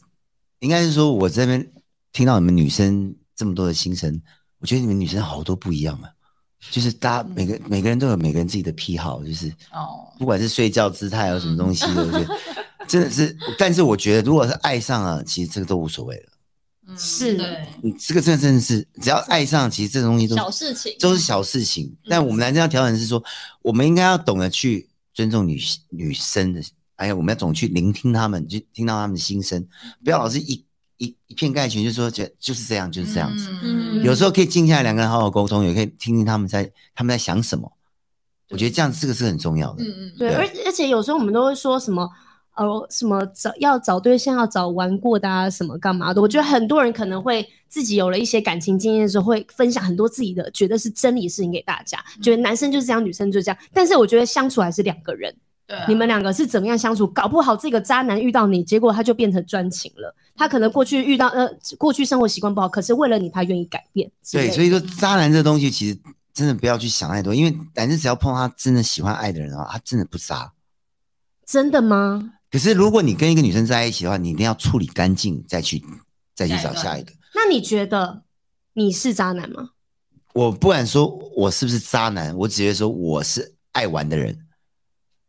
[SPEAKER 2] 应该是说，我这边听到你们女生这么多的心声，我觉得你们女生好多不一样啊。就是大家每个每个人都有每个人自己的癖好，就是
[SPEAKER 3] 哦，
[SPEAKER 2] 不管是睡觉姿态还啊有什么东西的，我觉得真的是。但是我觉得，如果是爱上啊，其实这个都无所谓了。
[SPEAKER 3] 嗯
[SPEAKER 1] 是
[SPEAKER 3] 对，
[SPEAKER 2] 你这个真的真的是，只要爱上，其实这东西都
[SPEAKER 4] 小事情，
[SPEAKER 2] 都是小事情。
[SPEAKER 4] 嗯
[SPEAKER 2] 但我们男生要调整是说，我们应该要懂得去尊重女女生的，哎呀，我们要懂得去聆听他们，去听到他们的心声，不要老是一一一片概全，就说觉得就是这样，就是这样子。
[SPEAKER 4] 嗯
[SPEAKER 2] 有时候可以静下来，两个人好好沟通，也可以听听他们在他们在想什么。我觉得这样这个是很重要的。
[SPEAKER 4] 嗯嗯，
[SPEAKER 1] 对，
[SPEAKER 2] 对
[SPEAKER 1] 而而且有时候我们都会说什么，呃，什么找要找对象要找玩过的啊，什么干嘛的。我觉得很多人可能会自己有了一些感情经验的时候，会分享很多自己的觉得是真理的事情给大家，觉得男生就是这样，女生就是这样。但是我觉得相处还是两个人，
[SPEAKER 3] 对啊
[SPEAKER 1] 你们两个是怎么样相处？搞不好这个渣男遇到你，结果他就变成专情了。他可能过去遇到呃，过去生活习惯不好，可是为了你，他愿意改变之类的。
[SPEAKER 2] 对，所以说渣男这东西其实真的不要去想太多，因为男生只要碰到他真的喜欢爱的人的话，他真的不渣。
[SPEAKER 1] 真的吗？
[SPEAKER 2] 可是如果你跟一个女生在一起的话，你一定要处理干净，再去再去
[SPEAKER 3] 下一
[SPEAKER 2] 找
[SPEAKER 3] 段
[SPEAKER 2] 下一个。
[SPEAKER 1] 那你觉得你是渣男吗？
[SPEAKER 2] 我不敢说我是不是渣男，我只会说我是爱玩的人。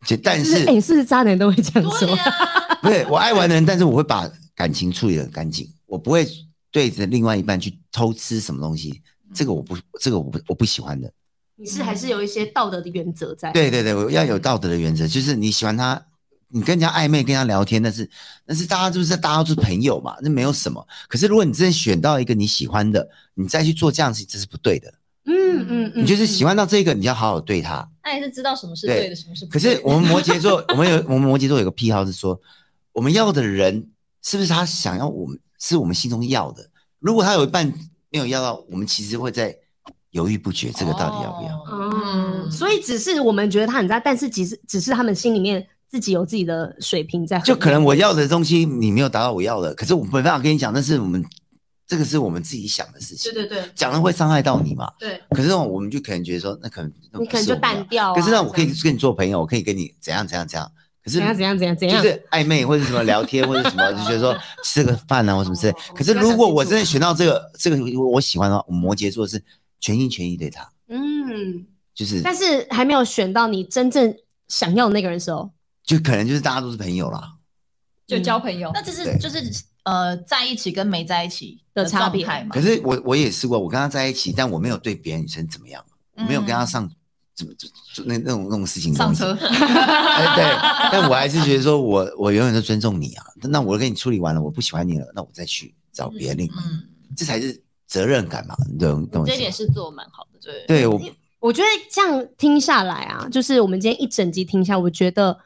[SPEAKER 2] 就但
[SPEAKER 1] 就是
[SPEAKER 2] 是、
[SPEAKER 1] 哎、是不是渣男都会这样说
[SPEAKER 3] 对？
[SPEAKER 4] 啊
[SPEAKER 3] 呀，
[SPEAKER 2] 不是我爱玩的人，但是我会把感情处理的干净，我不会对着另外一半去偷吃什么东西。这个我不，这个我不，我不喜欢的。
[SPEAKER 1] 你是还是
[SPEAKER 3] 嗯
[SPEAKER 1] 有一些道德的原则在。，
[SPEAKER 2] 对对对，我要有道德的原则，就是你喜欢他，你跟人家暧昧，跟人家聊天，但是但是大家就是大家都是朋友嘛，那没有什么。可是如果你真的选到一个你喜欢的，你再去做这样的事，这是不对的。
[SPEAKER 1] 嗯嗯嗯，
[SPEAKER 2] 你就是喜欢到这个，你要好好对他。
[SPEAKER 4] 他也是知道什么是
[SPEAKER 2] 对
[SPEAKER 4] 对的，什么是不
[SPEAKER 2] 可
[SPEAKER 4] 对
[SPEAKER 2] 是
[SPEAKER 4] 的。
[SPEAKER 2] 我们摩羯 座，我们有我们摩羯座有个癖好是说，我们要的人是不是他想要我们是我们心中要的？如果他有一半没有要到，我们其实会在犹豫不决，这个到底要不要？
[SPEAKER 1] 哦，
[SPEAKER 3] 嗯
[SPEAKER 1] 所以只是我们觉得他很渣，但是只是只是他们心里面自己有自己的水平 在衡
[SPEAKER 2] 就
[SPEAKER 1] 量。
[SPEAKER 2] 可能我要的东西你没有达到我要的，可是我没办法跟你讲，那是我们这个是我们自己想的事情，
[SPEAKER 3] 对对
[SPEAKER 2] 讲了会伤害到你嘛？
[SPEAKER 3] 对，
[SPEAKER 2] 可是那种我们就可能觉得说，那可能那
[SPEAKER 1] 你
[SPEAKER 2] 不
[SPEAKER 1] 可能
[SPEAKER 2] 是
[SPEAKER 1] 就
[SPEAKER 2] 我们要
[SPEAKER 1] 淡掉啊。
[SPEAKER 2] 可是那我可以
[SPEAKER 1] 这样
[SPEAKER 2] 跟你做朋友，我可以跟你怎样怎样怎样。可是
[SPEAKER 1] 怎样怎样怎样怎
[SPEAKER 2] 就
[SPEAKER 1] 样，
[SPEAKER 2] 是暧昧或者什么聊天或者什么，就觉得说吃个饭啊或什么之类。可是如果我真的选到这个这个我喜欢的话，我摩羯座是全心全意对他，
[SPEAKER 1] 嗯，
[SPEAKER 2] 就是
[SPEAKER 1] 但是还没有选到你真正想要的那个人的时候，
[SPEAKER 2] 就可能就是大家都是朋友啦。
[SPEAKER 4] 就交朋友，
[SPEAKER 3] 那这是
[SPEAKER 2] 对
[SPEAKER 3] 就是呃，在一起跟没在一起
[SPEAKER 1] 的差
[SPEAKER 3] 状
[SPEAKER 1] 别
[SPEAKER 3] 态嘛
[SPEAKER 2] 可？是我我也试过，我跟他在一起，但我没有对别的女生怎么样，我没有跟他上怎么就就那那种那种事情
[SPEAKER 3] 嗯上车，
[SPEAKER 2] 哎，对，但我还是觉得说我我永远都尊重你啊。那我跟你处理完了，我不喜欢你了，那我再去找别的另外，
[SPEAKER 3] 嗯，
[SPEAKER 2] 这才是责任感嘛，你懂懂我
[SPEAKER 4] 这
[SPEAKER 2] 意
[SPEAKER 4] 一
[SPEAKER 2] 思
[SPEAKER 4] 点
[SPEAKER 2] 吗？
[SPEAKER 4] 是做得蛮好的。
[SPEAKER 3] 对，
[SPEAKER 2] 对我
[SPEAKER 1] 我觉得这样听下来啊，就是我们今天一整集听下，我觉得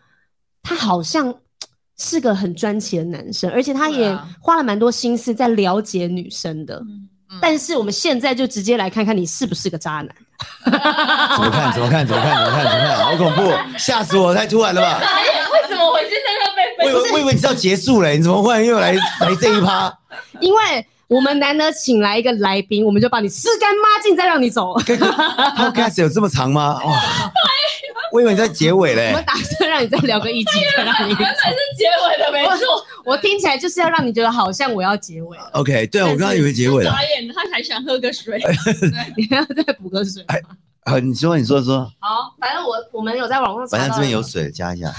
[SPEAKER 1] 他好像是个很专情的男生，而且他
[SPEAKER 3] 对
[SPEAKER 1] 也
[SPEAKER 3] 啊
[SPEAKER 1] 花了蛮多心思在了解女生的。
[SPEAKER 4] 嗯
[SPEAKER 3] 嗯
[SPEAKER 1] 但是我们现在就直接来看看你是不是个渣男。
[SPEAKER 2] 怎么看？怎么看？怎么看？怎么看？怎么看？好恐怖，吓死我！太突然了吧？
[SPEAKER 4] 为什么我现在要被
[SPEAKER 2] 我 以为我以为你是要结束了，你怎么忽然又来来这一趴？
[SPEAKER 1] 因为我们难得请来一个来宾，我们就把你吃干抹净，再让你走。
[SPEAKER 2] Podcast 有这么长吗？哇、我以为你在结尾
[SPEAKER 1] 我
[SPEAKER 2] 嘞
[SPEAKER 1] 们。打算让你再聊个一集，再让 你走。
[SPEAKER 4] 是结尾的，没错。
[SPEAKER 1] 我听起来就是要让你觉得好像我要结尾 了，
[SPEAKER 2] OK，对啊，我刚刚以为结 尾了
[SPEAKER 4] 傻。眼，他还想喝个水。
[SPEAKER 1] 你还要再补个水。
[SPEAKER 2] 啊，你说，你说说，
[SPEAKER 1] 好，反正我我们有在网上，
[SPEAKER 2] 反正这边有，水，加一下。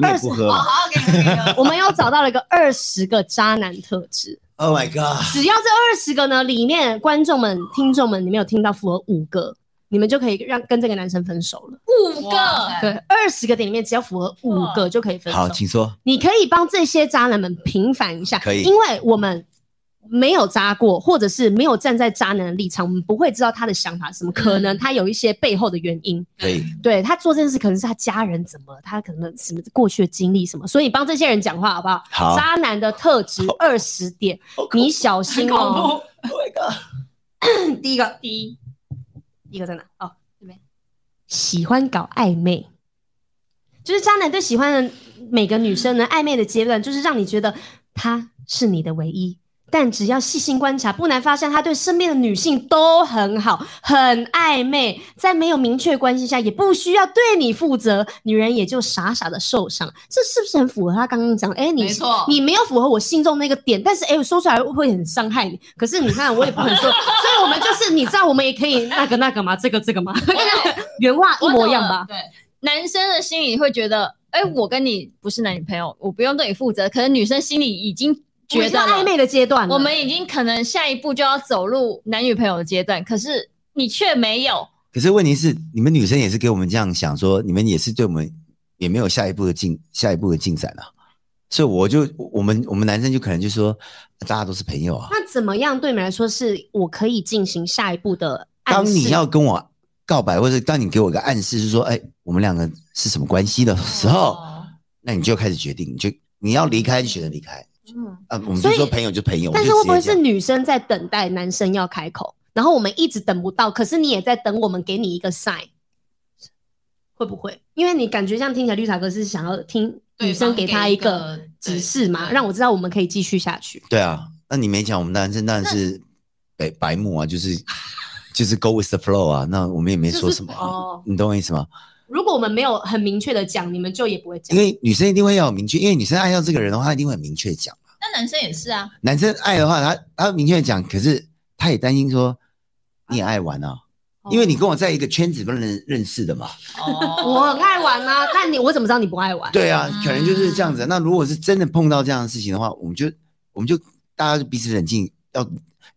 [SPEAKER 2] 你也不喝
[SPEAKER 3] 哦，
[SPEAKER 2] 嘛
[SPEAKER 3] 好，给你一个。
[SPEAKER 1] 我们又找到了一个二十个渣男特质。
[SPEAKER 2] ？Oh my god！
[SPEAKER 1] 只要这二十个呢，里面观众们、听众们，你们有听到符合五个，你们就可以让跟这个男生分手了。
[SPEAKER 4] 五
[SPEAKER 3] 哇
[SPEAKER 4] 个，
[SPEAKER 3] 塞
[SPEAKER 1] 对，二十个点里面只要符合五个就可以分手。
[SPEAKER 2] 好，请说。
[SPEAKER 1] 你可以帮这些渣男们平反一下，
[SPEAKER 2] 可以
[SPEAKER 1] 因为我们没有渣过，或者是没有站在渣男的立场，我们不会知道他的想法是什么，可
[SPEAKER 2] 嗯
[SPEAKER 1] 能他有一些背后的原因。
[SPEAKER 2] 可以，
[SPEAKER 1] 对他做这件事，可能是他家人怎么，他可能什么过去的经历什么，所以你帮这些人讲话好不好？
[SPEAKER 2] 好
[SPEAKER 1] 渣男的特质二十点，你小心 哦。
[SPEAKER 2] Oh my god！
[SPEAKER 1] 第一个，
[SPEAKER 4] 第一，
[SPEAKER 1] 第一个在哪？哦，
[SPEAKER 4] 这边。
[SPEAKER 1] 喜欢搞暧昧，就是渣男对喜欢的每个女生呢，暧昧的阶段就是让你觉得她是你的唯一。但只要细心观察，不难发现他对身边的女性都很好，很暧昧，在没有明确关系下，也不需要对你负责，女人也就傻傻的受伤。这是不是很符合他刚刚讲？哎、你
[SPEAKER 3] 没错
[SPEAKER 1] 你没有符合我心中那个点，但是哎、我说出来会很伤害你。可是你看，我也不肯说，所以我们就是你知道，我们也可以那个那个嘛，这个这个嘛，原话一模一样吧？
[SPEAKER 3] 对，
[SPEAKER 4] 男生的心里会觉得，哎，我跟你不是男女朋友，我不用对你负责。可是女生心里已经觉得
[SPEAKER 1] 我们是
[SPEAKER 4] 了
[SPEAKER 1] 暧昧的阶段了，
[SPEAKER 4] 我们已经可能下一步就要走入男女朋友的阶段，可是你却没有。
[SPEAKER 2] 可是问题是，你们女生也是给我们这样想说，你们也是对我们也没有下一步的进下一步的进展啊。所以我就我们我们男生就可能就说，大家都是朋友啊。
[SPEAKER 1] 那怎么样对你们来说是我可以进行下一步的暗
[SPEAKER 2] 当
[SPEAKER 1] 示？
[SPEAKER 2] 你要跟我告白，或者当你给我一个暗示，是说，哎、我们两个是什么关系的时候，
[SPEAKER 3] 哦
[SPEAKER 2] 那你就开始决定，你就你要离开就选择离开。
[SPEAKER 4] 嗯，
[SPEAKER 2] 啊，我们
[SPEAKER 1] 所
[SPEAKER 2] 就
[SPEAKER 1] 以
[SPEAKER 2] 说朋友就朋友，
[SPEAKER 1] 但
[SPEAKER 2] 我
[SPEAKER 1] 是
[SPEAKER 2] 就
[SPEAKER 1] 会
[SPEAKER 2] 直
[SPEAKER 1] 不会
[SPEAKER 2] 接
[SPEAKER 1] 是
[SPEAKER 2] 讲
[SPEAKER 1] 女生在等待男生要开口，然后我们一直等不到，可是你也在等我们给你一个 sign，会不会？因为你感觉这样听起来，绿茶哥是想要听
[SPEAKER 3] 对
[SPEAKER 1] 女生给他一个
[SPEAKER 3] 方给一个
[SPEAKER 1] 指示嘛，
[SPEAKER 3] 对
[SPEAKER 1] 让我知道我们可以继续下去。
[SPEAKER 2] 对啊？那你没讲，我们男生当然是白白目啊，就是就是 go with the flow 啊。那我们也没说什么啊，
[SPEAKER 1] 就是哦
[SPEAKER 2] 你懂我意思吗？
[SPEAKER 1] 如果我们没有很明确的讲，你们就也不会
[SPEAKER 2] 因
[SPEAKER 1] 讲。
[SPEAKER 2] 为女生一定会要有明确，因为女生爱上这个人的话，她一定会很明确讲。
[SPEAKER 3] 那男生也是啊，
[SPEAKER 2] 男生爱的话，他他明确讲，可是他也担心说你也爱玩啊，
[SPEAKER 1] 哦
[SPEAKER 2] 因为你跟我在一个圈子不能认识的嘛。
[SPEAKER 1] 嗯
[SPEAKER 3] 哦，
[SPEAKER 1] 我很爱玩啊，那你我怎么知道你不爱玩？
[SPEAKER 2] 对啊
[SPEAKER 3] 嗯，
[SPEAKER 2] 可能就是这样子。那如果是真的碰到这样的事情的话，我们就我们就大家就彼此冷静，要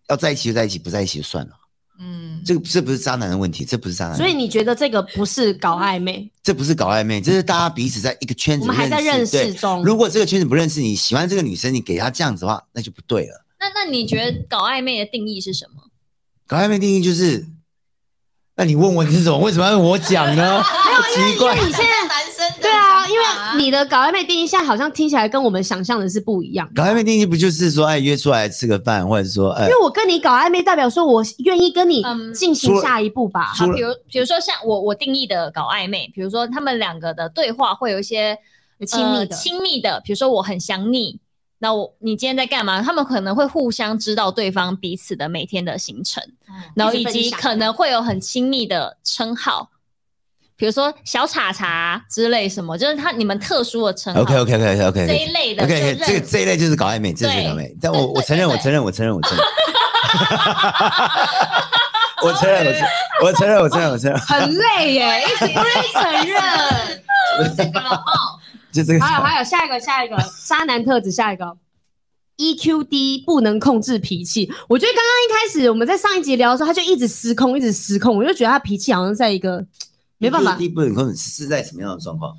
[SPEAKER 2] 要在一起就在一起，不在一起就算了。
[SPEAKER 3] 嗯，
[SPEAKER 2] 这个这不是渣男的问题，这不是渣男的
[SPEAKER 1] 所
[SPEAKER 2] 问
[SPEAKER 1] 以
[SPEAKER 2] 题，
[SPEAKER 1] 你觉得这个不是搞暧昧，
[SPEAKER 2] 这不是搞暧昧，这是大家彼此在一个圈
[SPEAKER 1] 嗯我
[SPEAKER 2] 子，
[SPEAKER 1] 们还在认识
[SPEAKER 2] 对，
[SPEAKER 1] 中。
[SPEAKER 2] 如果这个圈子不认识你，喜欢这个女生，你给她这样子的话，那就不对了。
[SPEAKER 4] 那那你觉得搞暧昧的定义是什么？
[SPEAKER 2] 搞暧昧定义就是，那你问我你是什么？为什么要问我 讲呢？奇怪
[SPEAKER 1] 啊因为你现在
[SPEAKER 3] 男生的
[SPEAKER 1] 对啊，
[SPEAKER 3] 想法
[SPEAKER 1] 因为你的搞暧昧定义现在好像听起来跟我们想象的是不一样。
[SPEAKER 2] 搞暧昧定义不就是说，哎，约出来吃个饭，或者说，哎
[SPEAKER 1] 因，为我跟你搞暧昧，代表说我愿意跟你
[SPEAKER 4] 嗯
[SPEAKER 1] 进行下一步吧。
[SPEAKER 2] 除
[SPEAKER 4] 好，
[SPEAKER 2] 了
[SPEAKER 4] 比如比如说像我我定义的搞暧昧，比如说他们两个的对话会有一些
[SPEAKER 1] 有亲密
[SPEAKER 4] 呃
[SPEAKER 1] 的
[SPEAKER 4] 亲密的，比如说我很想你，那我你今天在干嘛？他们可能会互相知道对方彼此的每天的行程，
[SPEAKER 3] 嗯
[SPEAKER 4] 然后
[SPEAKER 1] 一直
[SPEAKER 4] 以
[SPEAKER 1] 分
[SPEAKER 4] 及
[SPEAKER 1] 享
[SPEAKER 4] 可能会有很亲密的称号，比如说小茶茶之类什么，就是他你们特殊的称号
[SPEAKER 2] OK OK OK OK
[SPEAKER 4] 这
[SPEAKER 2] OK
[SPEAKER 4] 一类的
[SPEAKER 2] OK，
[SPEAKER 4] 就认
[SPEAKER 2] OK，这个这一类就是搞暧昧，这就是搞暧昧。但我我承认，我承认，我承认，我承认。 我承认，我承认，我承认，我承认，我承认，
[SPEAKER 1] 很累 耶，一直不愿意承认。
[SPEAKER 3] 这个了哦，
[SPEAKER 2] 就这个。
[SPEAKER 1] 还有还有，下一个下一个渣男特质，下一个 EQ 低，不能控制脾气。我觉得刚刚一开始我们在上一集聊的时候，他就一直失控，一直失控，我就觉得他脾气好像在一个没办法
[SPEAKER 2] 第，一不能控制是在什么样的状况？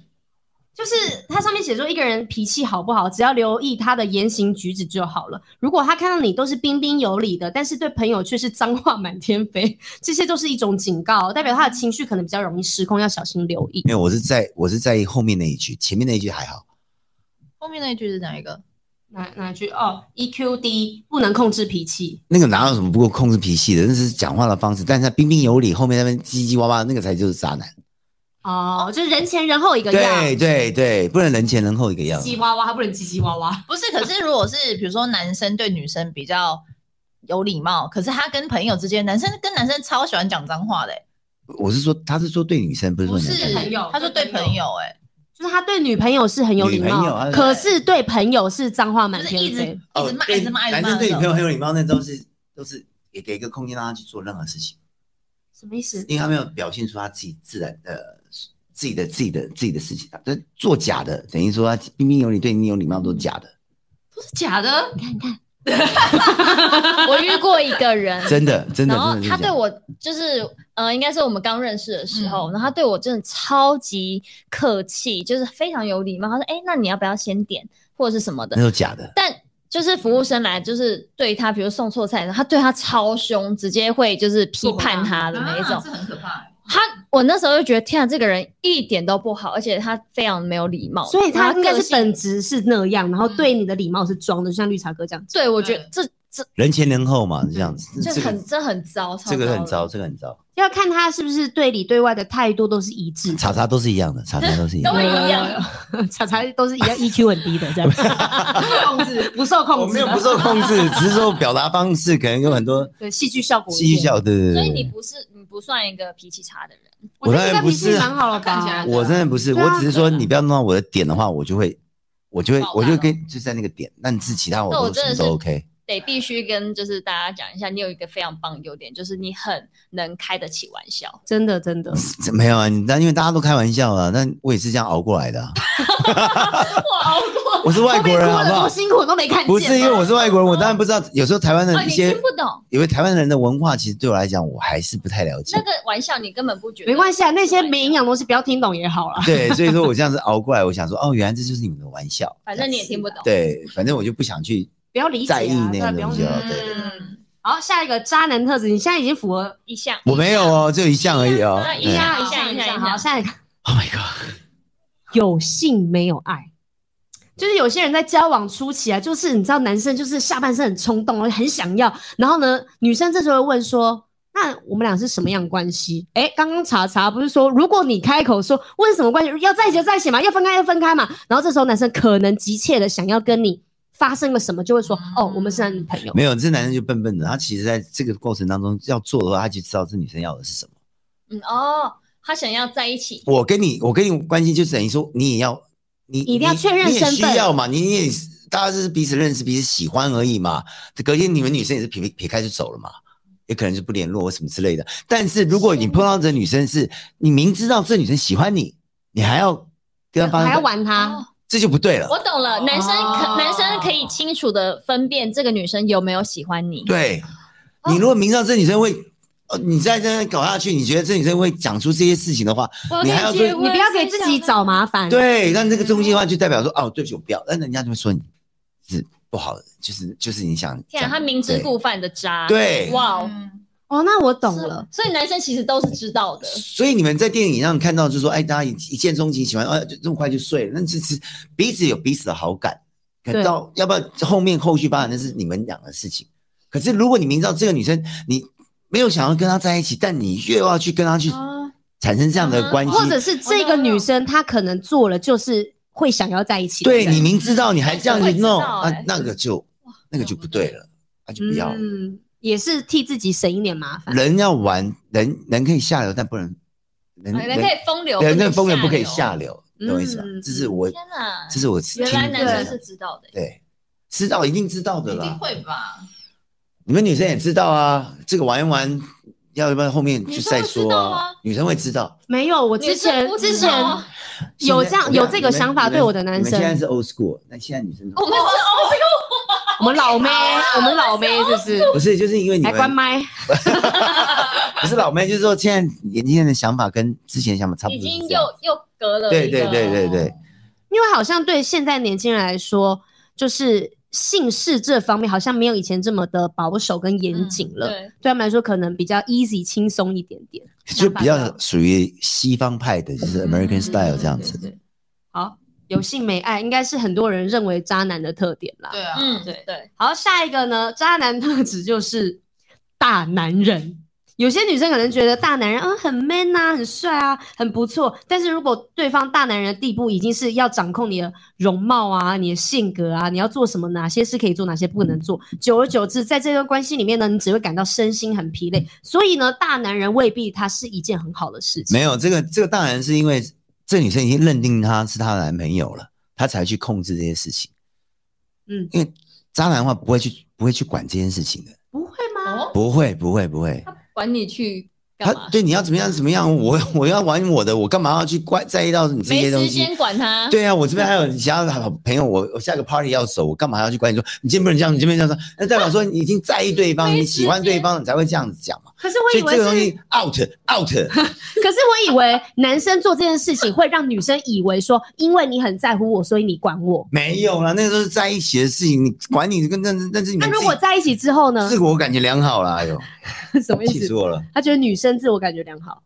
[SPEAKER 1] 就是它上面写说一个人脾气好不好，只要留意他的言行举止就好了。如果他看到你都是彬彬有礼的，但是对朋友却是脏话满天飞，这些都是一种警告，代表他的情绪可能比较容易失控，要小心留 意。
[SPEAKER 2] 因为我是在我是在意后面那一句，前面那一句还好。
[SPEAKER 3] 后面那一句是哪一个？
[SPEAKER 1] 哪哪句？哦，EQ 低，不能控制脾气。
[SPEAKER 2] 那个哪有什么不够控制脾气的？那是讲话的方式，但是他彬彬有礼，后面那边叽叽哇哇，那个才就是渣男。
[SPEAKER 1] 哦，就是人前人后一个样，
[SPEAKER 2] 对对对，不能人前人后一个样
[SPEAKER 1] 叽。叽哇哇，他不能叽叽哇哇。
[SPEAKER 3] 不是，可是如果是比如说男生对女生比较有礼貌，可是他跟朋友之间，男生跟男生超喜欢讲脏话的、欸，
[SPEAKER 2] 我是说，他是说对女生，不是说
[SPEAKER 3] 不
[SPEAKER 2] 男
[SPEAKER 3] 是
[SPEAKER 2] 生。
[SPEAKER 1] 朋友
[SPEAKER 3] 他说对朋友、欸，哎，
[SPEAKER 1] 就是他对女朋友是很有礼
[SPEAKER 2] 女朋友啊
[SPEAKER 1] 貌，可是对朋友是脏话满
[SPEAKER 3] 就是一
[SPEAKER 1] 天
[SPEAKER 3] 直
[SPEAKER 1] 飞。
[SPEAKER 3] 一直骂，
[SPEAKER 2] 哦对
[SPEAKER 3] 一直骂，一直
[SPEAKER 2] 男
[SPEAKER 3] 骂
[SPEAKER 2] 生
[SPEAKER 3] 那
[SPEAKER 2] 对女朋
[SPEAKER 3] 种。
[SPEAKER 2] 友很有礼貌，那都是都是也给一个空间让他去做任何事情，
[SPEAKER 1] 什么意思？
[SPEAKER 2] 因为他没有表现出他自己自然的、自己的、自己的、自己的事情，这做假的，等于说他彬彬有礼，对你有礼貌都是假的，
[SPEAKER 3] 不是假的，
[SPEAKER 4] 我遇过一个人，
[SPEAKER 2] 真的 真的
[SPEAKER 4] 然后
[SPEAKER 2] 真的是
[SPEAKER 4] 他
[SPEAKER 2] 假
[SPEAKER 4] 对
[SPEAKER 2] 的。
[SPEAKER 4] 我就是，呃，应该是我们刚认识的时
[SPEAKER 1] 嗯
[SPEAKER 4] 候，然后他对我真的超级客气，就是非常有礼貌。他说：“哎、那你要不要先点或者是什么
[SPEAKER 2] 那
[SPEAKER 4] 的
[SPEAKER 2] 都假的？”，
[SPEAKER 4] 但就是服务生来，就是对他，比如送错菜，然后他对他超凶，直接会就是批判他的那一种
[SPEAKER 3] 啊。这很可怕、欸。
[SPEAKER 4] 他，我那时候就觉得，天啊，这个人一点都不好，而且他非常没有礼貌，
[SPEAKER 1] 所以
[SPEAKER 4] 然
[SPEAKER 1] 他
[SPEAKER 4] 后
[SPEAKER 1] 应该
[SPEAKER 4] 个
[SPEAKER 1] 是
[SPEAKER 4] 性
[SPEAKER 1] 本质是那样，
[SPEAKER 2] 嗯
[SPEAKER 1] 然后对你的礼貌是装的，就像绿茶哥这样子。
[SPEAKER 4] 对我觉得这这
[SPEAKER 2] 人前人后嘛，这样子，
[SPEAKER 4] 这
[SPEAKER 2] 这
[SPEAKER 4] 很
[SPEAKER 2] 个
[SPEAKER 4] 这很糟，超
[SPEAKER 2] 这个
[SPEAKER 4] 的
[SPEAKER 2] 很糟，这个很糟，
[SPEAKER 1] 要看他是不是对里对外的态度都是一致的，
[SPEAKER 2] 查查都是一样的，查查都是一样
[SPEAKER 4] 都
[SPEAKER 2] 的。
[SPEAKER 4] 一样
[SPEAKER 1] 样，查查都是一样 EQ 很低的这
[SPEAKER 2] 啊
[SPEAKER 1] 样，控制不受控制，
[SPEAKER 2] 我没有不受控制，只是说表达方式可能有很多
[SPEAKER 1] 对戏剧效果一点。
[SPEAKER 2] 戏剧效果，对对对。
[SPEAKER 4] 所以你
[SPEAKER 2] 对
[SPEAKER 4] 不是你不算一个脾气差的人，
[SPEAKER 1] 我觉得
[SPEAKER 2] 我当
[SPEAKER 1] 应
[SPEAKER 2] 然
[SPEAKER 1] 该
[SPEAKER 2] 不
[SPEAKER 1] 脾
[SPEAKER 2] 是
[SPEAKER 1] 气
[SPEAKER 2] 啊
[SPEAKER 1] 蛮好了
[SPEAKER 3] 看起来
[SPEAKER 1] 吧
[SPEAKER 3] 真？的
[SPEAKER 2] 我真的不是，
[SPEAKER 1] 对啊
[SPEAKER 2] 我只是说你不要弄到我的点的话，我就会，我就会，
[SPEAKER 3] 爆
[SPEAKER 2] 我
[SPEAKER 3] 炸
[SPEAKER 2] 就跟就在那个点，但是其他我
[SPEAKER 4] 那我
[SPEAKER 2] 都
[SPEAKER 4] 真
[SPEAKER 2] 什
[SPEAKER 4] 的
[SPEAKER 2] 么
[SPEAKER 4] 是
[SPEAKER 2] 都 OK。
[SPEAKER 4] 得必须跟就是大家讲一下，你有一个非常棒的优点，就是你很能开得起玩笑。
[SPEAKER 1] 真的真的，
[SPEAKER 2] 这没有啊，你但因为大家都开玩笑啊，但我也是这样熬过来的啊、
[SPEAKER 4] 我熬过，
[SPEAKER 2] 我是外国人，好
[SPEAKER 1] 后面哭
[SPEAKER 2] 不
[SPEAKER 1] 得
[SPEAKER 2] 好
[SPEAKER 1] 多？辛苦我都没看见。
[SPEAKER 2] 不是因为我是外国人，我当然不知道。有时候台湾的
[SPEAKER 4] 哦，
[SPEAKER 2] 一
[SPEAKER 4] 你
[SPEAKER 2] 些
[SPEAKER 4] 听，不懂
[SPEAKER 2] 因为台湾人的文化，其实对我来讲，我还是不太了解
[SPEAKER 4] 那。个玩笑，你根本不觉得
[SPEAKER 1] 没关系啊，那些没营养的东西不要听懂也好啦。
[SPEAKER 2] 对，所以说我这样子熬过来，我想说，哦，原来这就是你们的玩笑。
[SPEAKER 4] 反正你也听不懂。
[SPEAKER 2] 对，反正我就不想去。
[SPEAKER 1] 不要理解
[SPEAKER 2] 在意
[SPEAKER 1] 啊，
[SPEAKER 2] 那
[SPEAKER 1] 对
[SPEAKER 2] 个
[SPEAKER 1] 啊，不用
[SPEAKER 2] 东
[SPEAKER 1] 理
[SPEAKER 2] 西
[SPEAKER 1] 解
[SPEAKER 2] 啊。
[SPEAKER 3] 嗯，
[SPEAKER 1] 好，下一个渣男特质，你现在已经符合
[SPEAKER 4] 一项
[SPEAKER 2] 我没有哦，只有一项而已哦。
[SPEAKER 4] 一
[SPEAKER 2] 对
[SPEAKER 4] 样
[SPEAKER 1] 下
[SPEAKER 4] 一
[SPEAKER 1] 下
[SPEAKER 4] 项一项
[SPEAKER 1] 好，下一个
[SPEAKER 2] Oh my god！
[SPEAKER 1] 有性没有爱。就是有些人在交往初期啊，就是你知道，男生就是下半身很冲动，很想要。然后呢，女生这时候会问说：“那我们俩是什么样的关系？”哎，刚刚查查不是说，如果你开口说问什么关系，要在一起就在一起嘛，要分开就分开嘛。然后这时候男生可能急切的想要跟你发生了什么，就会说：“哦，我们是男女朋友。
[SPEAKER 2] 没有，这男生就笨笨的，他其实在这个过程当中要做的话，他就知道这女生要的是什么。
[SPEAKER 4] 嗯哦，他想要在一起，
[SPEAKER 2] 我跟你，我跟你关系就等于说，你也要，你
[SPEAKER 1] 一定要
[SPEAKER 2] 你
[SPEAKER 1] 确认
[SPEAKER 2] 你也
[SPEAKER 1] 身份
[SPEAKER 2] 需要嘛，你你也大家就是彼此认识、彼此喜欢而已嘛。隔天你们女生也是撇撇开就走了嘛，也可能就不联络或什么之类的。但是如果你碰到这女生是，你明知道这女生喜欢你，你还要跟她发
[SPEAKER 1] 还要
[SPEAKER 2] 生，
[SPEAKER 1] 玩他，
[SPEAKER 4] 哦
[SPEAKER 2] 这就不对了。
[SPEAKER 4] 我懂了。男生可
[SPEAKER 1] 啊哦
[SPEAKER 4] 男生可以清楚的分辨这个女生有没有喜欢你。
[SPEAKER 2] 对，
[SPEAKER 1] 哦
[SPEAKER 2] 你如果明知道这女生会，呃你再这样搞下去，你觉得这女生会讲出这些事情的话，
[SPEAKER 4] 哦我
[SPEAKER 2] 你还要
[SPEAKER 4] 跟结
[SPEAKER 2] 对
[SPEAKER 4] 婚
[SPEAKER 1] 你不要给自己
[SPEAKER 4] 啊
[SPEAKER 1] 找麻烦。
[SPEAKER 2] 对，但这个中心的话就代表说，哦，对不起，我不要，但人家就会说你是不好的，就是就是你想这
[SPEAKER 4] 天啊，
[SPEAKER 2] 样，
[SPEAKER 4] 他明知故犯的渣。
[SPEAKER 2] 对
[SPEAKER 4] 哇哦，
[SPEAKER 2] 啊
[SPEAKER 3] 嗯
[SPEAKER 1] 哦，那我懂了。
[SPEAKER 4] 所以男生其实都是知道的。
[SPEAKER 2] 所以你们在电影上看到，就是说，哎，大家一一见钟情，喜欢，呃、就这么快就睡了，那这是彼此有彼此的好感，可
[SPEAKER 1] 对
[SPEAKER 2] 到要不然后面后续发展那是你们俩的事情。可是如果你明知道这个女生你没有想要跟她在一起，但你越要去跟她去
[SPEAKER 4] 啊
[SPEAKER 2] 产生这样的关系，
[SPEAKER 1] 或者是这个女生她可能做了就是会想要在一起的
[SPEAKER 2] 对
[SPEAKER 1] 人，
[SPEAKER 2] 你明知道你还这样
[SPEAKER 4] 我
[SPEAKER 2] 去
[SPEAKER 4] 也知
[SPEAKER 2] 弄，
[SPEAKER 4] 道
[SPEAKER 2] 那
[SPEAKER 4] 欸
[SPEAKER 2] 那个就那个就不对了，那就不要了。
[SPEAKER 1] 嗯，也是替自己省一点麻烦。
[SPEAKER 2] 人要玩，人人可以下流，但不能人
[SPEAKER 4] 啊人哎可以风流，
[SPEAKER 2] 人
[SPEAKER 4] 不能
[SPEAKER 2] 的风格不可以
[SPEAKER 4] 流
[SPEAKER 2] 下。流，懂我意思吧
[SPEAKER 1] 嗯？
[SPEAKER 2] 这是我
[SPEAKER 4] 天哪！
[SPEAKER 2] 这是我听
[SPEAKER 4] 原来
[SPEAKER 2] 过
[SPEAKER 4] 男
[SPEAKER 2] 的
[SPEAKER 4] 生是知道的，
[SPEAKER 2] 对知道一定知道的
[SPEAKER 3] 一定
[SPEAKER 2] 啦，
[SPEAKER 3] 会吧？
[SPEAKER 2] 你们女生也知道啊，这个玩一玩，要不然后面就再
[SPEAKER 4] 女生会知
[SPEAKER 2] 说
[SPEAKER 4] 道
[SPEAKER 2] 啊
[SPEAKER 4] 吗，
[SPEAKER 2] 女生会知道。
[SPEAKER 1] 没有，我之前
[SPEAKER 4] 女生不
[SPEAKER 1] 之
[SPEAKER 4] 知道
[SPEAKER 1] 前
[SPEAKER 4] 啊
[SPEAKER 1] 有
[SPEAKER 2] 现
[SPEAKER 1] 这
[SPEAKER 2] 在
[SPEAKER 1] 样
[SPEAKER 2] 我跟你
[SPEAKER 1] 有
[SPEAKER 2] 讲
[SPEAKER 1] 这个
[SPEAKER 2] 你们
[SPEAKER 1] 想法
[SPEAKER 2] 你们
[SPEAKER 1] 对我的男
[SPEAKER 2] 你们现在
[SPEAKER 1] 生，
[SPEAKER 2] 是 old school，那现在女生
[SPEAKER 4] 我们是
[SPEAKER 1] 我们老妹，
[SPEAKER 4] 啊
[SPEAKER 1] 我们老妹是不是？
[SPEAKER 2] 不是就是因为你
[SPEAKER 1] 来
[SPEAKER 2] 们
[SPEAKER 1] 关麦，
[SPEAKER 2] 不是老妹，就是说现在年轻人的想法跟之前的想法差不
[SPEAKER 4] 已
[SPEAKER 2] 多是
[SPEAKER 4] 经
[SPEAKER 2] 这样，
[SPEAKER 4] 又又隔了
[SPEAKER 2] 对
[SPEAKER 4] 一个
[SPEAKER 2] 对对对对。
[SPEAKER 1] 因为好像对现在年轻人来说，就是姓氏这方面好像没有以前这么的保守跟严谨了，
[SPEAKER 4] 对，
[SPEAKER 1] 对他们来说可能比较 easy 轻松一点点。
[SPEAKER 2] 就比
[SPEAKER 1] 想
[SPEAKER 2] 较
[SPEAKER 1] 法
[SPEAKER 2] 属于西方派的，就是 American
[SPEAKER 3] 嗯
[SPEAKER 2] style 这样子。
[SPEAKER 1] 对对对好，有性没爱，应该是很多人认为渣男的特点啦。
[SPEAKER 3] 对啊，
[SPEAKER 4] 嗯，
[SPEAKER 1] 对
[SPEAKER 4] 对，
[SPEAKER 1] 好，下一个呢，渣男特质就是大男人。有些女生可能觉得大男人，嗯，很 man 啊，很帅啊，很不错。但是如果对方大男人的地步已经是要掌控你的容貌啊、你的性格啊，你要做什么，哪些事可以做，哪些不能做，久而久之，在这段关系里面呢，你只会感到身心很疲累。所以呢，大男人未必他是一件很好的事情。
[SPEAKER 2] 没有这个这个当然是因为这女生已经认定他是她的男朋友了，她才去控制这些事情。
[SPEAKER 1] 嗯，
[SPEAKER 2] 因为渣男的话不会去不会去管这件事情的，
[SPEAKER 1] 不会吗？
[SPEAKER 4] 哦，
[SPEAKER 2] 不会不会不会。
[SPEAKER 4] 他管你去干
[SPEAKER 2] 他
[SPEAKER 4] 嘛？
[SPEAKER 2] 对你要怎么样怎么样，我我要玩我的，我干嘛要去怪在意到你这
[SPEAKER 4] 没
[SPEAKER 2] 些东
[SPEAKER 4] 时
[SPEAKER 2] 西？
[SPEAKER 4] 间管他。
[SPEAKER 2] 对啊，我这边还有其他的好朋友，我我下个 party 要走，我干嘛要去管你说你今天不能这样，你今天不能这样说？那代表说你已经在意对方，
[SPEAKER 4] 没
[SPEAKER 2] 你
[SPEAKER 4] 时
[SPEAKER 2] 喜欢对
[SPEAKER 4] 间
[SPEAKER 2] 方，你才会这样子讲嘛。
[SPEAKER 1] 可是我
[SPEAKER 2] 所
[SPEAKER 1] 以
[SPEAKER 2] 以
[SPEAKER 1] 为
[SPEAKER 2] 这个东
[SPEAKER 1] 是
[SPEAKER 2] 西 out out，
[SPEAKER 1] 可是我以为男生做这件事情会让女生以为说，因为你很在乎我，所以你管我。
[SPEAKER 2] 没有啦，那个都是在一起的事情，你管你跟那那是你
[SPEAKER 1] 那、
[SPEAKER 2] 们
[SPEAKER 1] 如
[SPEAKER 2] 自
[SPEAKER 1] 果
[SPEAKER 2] 己
[SPEAKER 1] 在一起之后呢
[SPEAKER 2] 自？我感觉良好啦，哎呦，
[SPEAKER 1] 什么意
[SPEAKER 2] 气死
[SPEAKER 1] 思？
[SPEAKER 2] 我了。
[SPEAKER 1] 他觉得女生自我感觉良好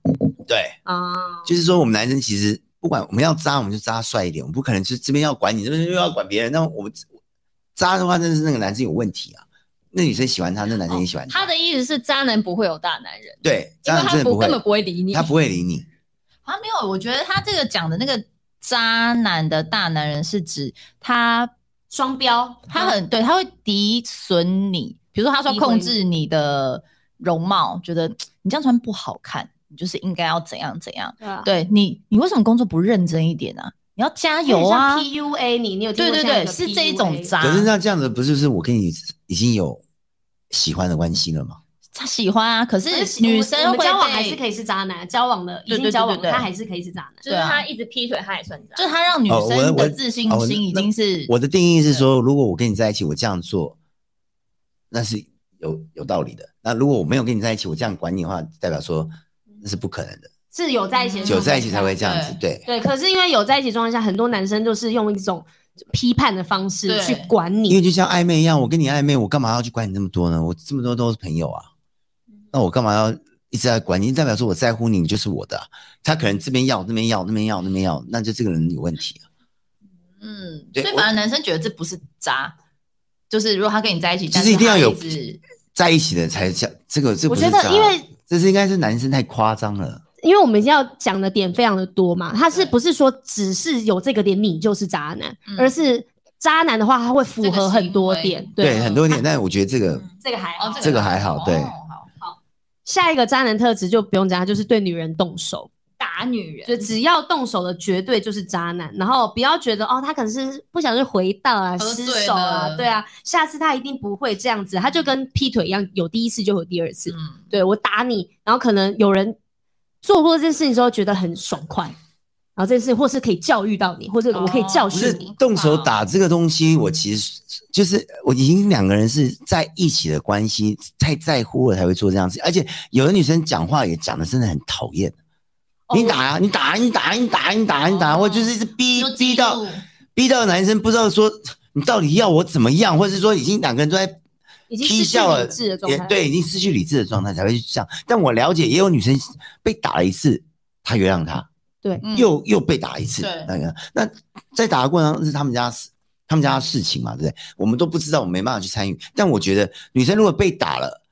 [SPEAKER 2] 对，
[SPEAKER 1] 啊，
[SPEAKER 2] 就是说我们男生其实不管我们要渣，我们就渣帅一点，我们不可能就这边要管你，这边又要管别人。那我们渣的话，真的是那个男生有问题啊。那女生喜欢他，那男生也喜欢
[SPEAKER 4] 哦他的意思是，渣男不会有大男人，
[SPEAKER 2] 对，
[SPEAKER 4] 因
[SPEAKER 2] 渣
[SPEAKER 4] 为
[SPEAKER 2] 男真的
[SPEAKER 4] 他
[SPEAKER 2] 不
[SPEAKER 4] 根本
[SPEAKER 2] 会，
[SPEAKER 4] 不会理你。
[SPEAKER 2] 他不会理你。
[SPEAKER 3] 啊，没有，我觉得他这个讲的那个渣男的大男人是指他
[SPEAKER 1] 双标，
[SPEAKER 3] 他很对，他会敌损你，比如说他说
[SPEAKER 1] 诋毁
[SPEAKER 3] 控制你的容貌，觉得你这样穿不好看，你就是应该要怎样怎样。
[SPEAKER 1] 对啊
[SPEAKER 3] 对你，你为什么工作不认真一点啊？你要加油啊！
[SPEAKER 1] ，PUA 你，你有听
[SPEAKER 3] 对
[SPEAKER 1] 过
[SPEAKER 3] 对
[SPEAKER 1] 这样一
[SPEAKER 3] 对，
[SPEAKER 1] 个
[SPEAKER 3] 是这一种
[SPEAKER 1] PUA
[SPEAKER 3] 渣。
[SPEAKER 2] 可是那这样子不就是我跟你已经有喜欢的关系了吗？
[SPEAKER 3] 他喜欢啊，
[SPEAKER 1] 可
[SPEAKER 3] 可是
[SPEAKER 1] 是
[SPEAKER 3] 女生
[SPEAKER 1] 我们
[SPEAKER 3] 会
[SPEAKER 1] 交往
[SPEAKER 3] 被
[SPEAKER 1] 还是可以是渣男，交往了已
[SPEAKER 3] 对对
[SPEAKER 1] 经
[SPEAKER 3] 对
[SPEAKER 1] 交往了，
[SPEAKER 3] 对对
[SPEAKER 1] 他还是可以是渣男。
[SPEAKER 4] 就是他一直劈腿，他也算
[SPEAKER 1] 啊
[SPEAKER 4] 渣。
[SPEAKER 3] 就他让女
[SPEAKER 2] 哦我
[SPEAKER 3] 生
[SPEAKER 2] 我
[SPEAKER 3] 的自信
[SPEAKER 2] 哦
[SPEAKER 3] 心
[SPEAKER 2] 那
[SPEAKER 3] 已经是
[SPEAKER 2] 我的定义是说，如果我跟你在一起，我这样做，那是有有道理的。那如果我没有跟你在一起，我这样管你的话，代表说那是不可能的。
[SPEAKER 1] 是有在一起的
[SPEAKER 3] 嗯
[SPEAKER 1] 状
[SPEAKER 2] 有
[SPEAKER 1] 态下，
[SPEAKER 2] 在一起才会这样子，对。
[SPEAKER 1] 对。可是因为有在一起的状态下，很多男生就是用一种批判的方式
[SPEAKER 3] 对
[SPEAKER 1] 去管
[SPEAKER 2] 因为
[SPEAKER 1] 你，
[SPEAKER 2] 就像暧昧一样，我跟你暧昧，我干嘛要去管你那么多呢？我这么多都是朋友啊，
[SPEAKER 1] 嗯
[SPEAKER 2] 那我干嘛要一直在管你？代表说我在乎你，你就是我的啊、他可能这边要，那边要，那边要，那边要，那就这个人有问题啊。
[SPEAKER 3] 嗯，
[SPEAKER 2] 对
[SPEAKER 3] 所以
[SPEAKER 2] 我
[SPEAKER 3] 反而男生觉得这不是渣，就是如果他跟你在一起，
[SPEAKER 2] 其
[SPEAKER 3] 但
[SPEAKER 2] 实一定要
[SPEAKER 3] 他
[SPEAKER 2] 有
[SPEAKER 3] 直
[SPEAKER 2] 在一起的才叫这个，这
[SPEAKER 1] 我
[SPEAKER 2] 不是
[SPEAKER 1] 觉得
[SPEAKER 2] 渣
[SPEAKER 1] 因为
[SPEAKER 2] 这是应该是男生太夸张了。
[SPEAKER 1] 因为我们要讲的点非常的多嘛，他是
[SPEAKER 3] 对
[SPEAKER 1] 不是说只是有这个点你就是渣男，
[SPEAKER 3] 嗯
[SPEAKER 1] 而是渣男的话，他会符合很多点，
[SPEAKER 3] 对
[SPEAKER 2] 对，
[SPEAKER 1] 啊
[SPEAKER 2] 很多点，但我觉得这个
[SPEAKER 3] 嗯
[SPEAKER 1] 这个还
[SPEAKER 3] 哦，
[SPEAKER 1] 好
[SPEAKER 2] 这个还好对
[SPEAKER 3] 哦好
[SPEAKER 1] 下一个渣男特质就不用讲，他就是对女人动手，
[SPEAKER 4] 打女人，
[SPEAKER 1] 就只要动手的绝对就是渣男。然后不要觉得哦，他可能是不小心回到啊、
[SPEAKER 3] 喝
[SPEAKER 1] 失
[SPEAKER 3] 醉
[SPEAKER 1] 手啊，
[SPEAKER 3] 了
[SPEAKER 1] 对啊，下次他一定不会这样子，他就跟劈腿一样，有第一次就有第二次。
[SPEAKER 3] 嗯，
[SPEAKER 1] 对我打你，然后可能有人做过这件事情之后觉得很爽快，然后这件事或是可以教育到你，或者我啊可以教
[SPEAKER 3] 哦
[SPEAKER 2] 不是
[SPEAKER 1] 训你。
[SPEAKER 2] 动手打这个东西，我其实就是我已经两个人是在一起的关系，太在乎了才会做这样子。而且有的女生讲话也讲的真的很讨厌。
[SPEAKER 1] 哦
[SPEAKER 2] 你打啊，你打啊，你打啊，你打啊，你打啊，你打啊，
[SPEAKER 3] 哦
[SPEAKER 2] 我就是一直逼
[SPEAKER 3] 就激
[SPEAKER 2] 逼到
[SPEAKER 3] 怒
[SPEAKER 2] 逼到男生不知道说你到底要我怎么样，或者是说已经两个人都在
[SPEAKER 1] 已经
[SPEAKER 2] 踢
[SPEAKER 1] 失去
[SPEAKER 2] 笑了
[SPEAKER 1] 理智的，状
[SPEAKER 2] 也
[SPEAKER 1] 态，
[SPEAKER 2] 对，已经失去理智的状态才会去这样。但我了解，也有女生被打了一次，她原谅他，
[SPEAKER 1] 对
[SPEAKER 3] 嗯
[SPEAKER 2] 又又被打一次
[SPEAKER 3] 对，
[SPEAKER 2] 那个那在打的过程当中是他们家的事他们家的事情嘛，对不对？我们都不知道，我们没办法去参与。但我觉得女生如果被打了，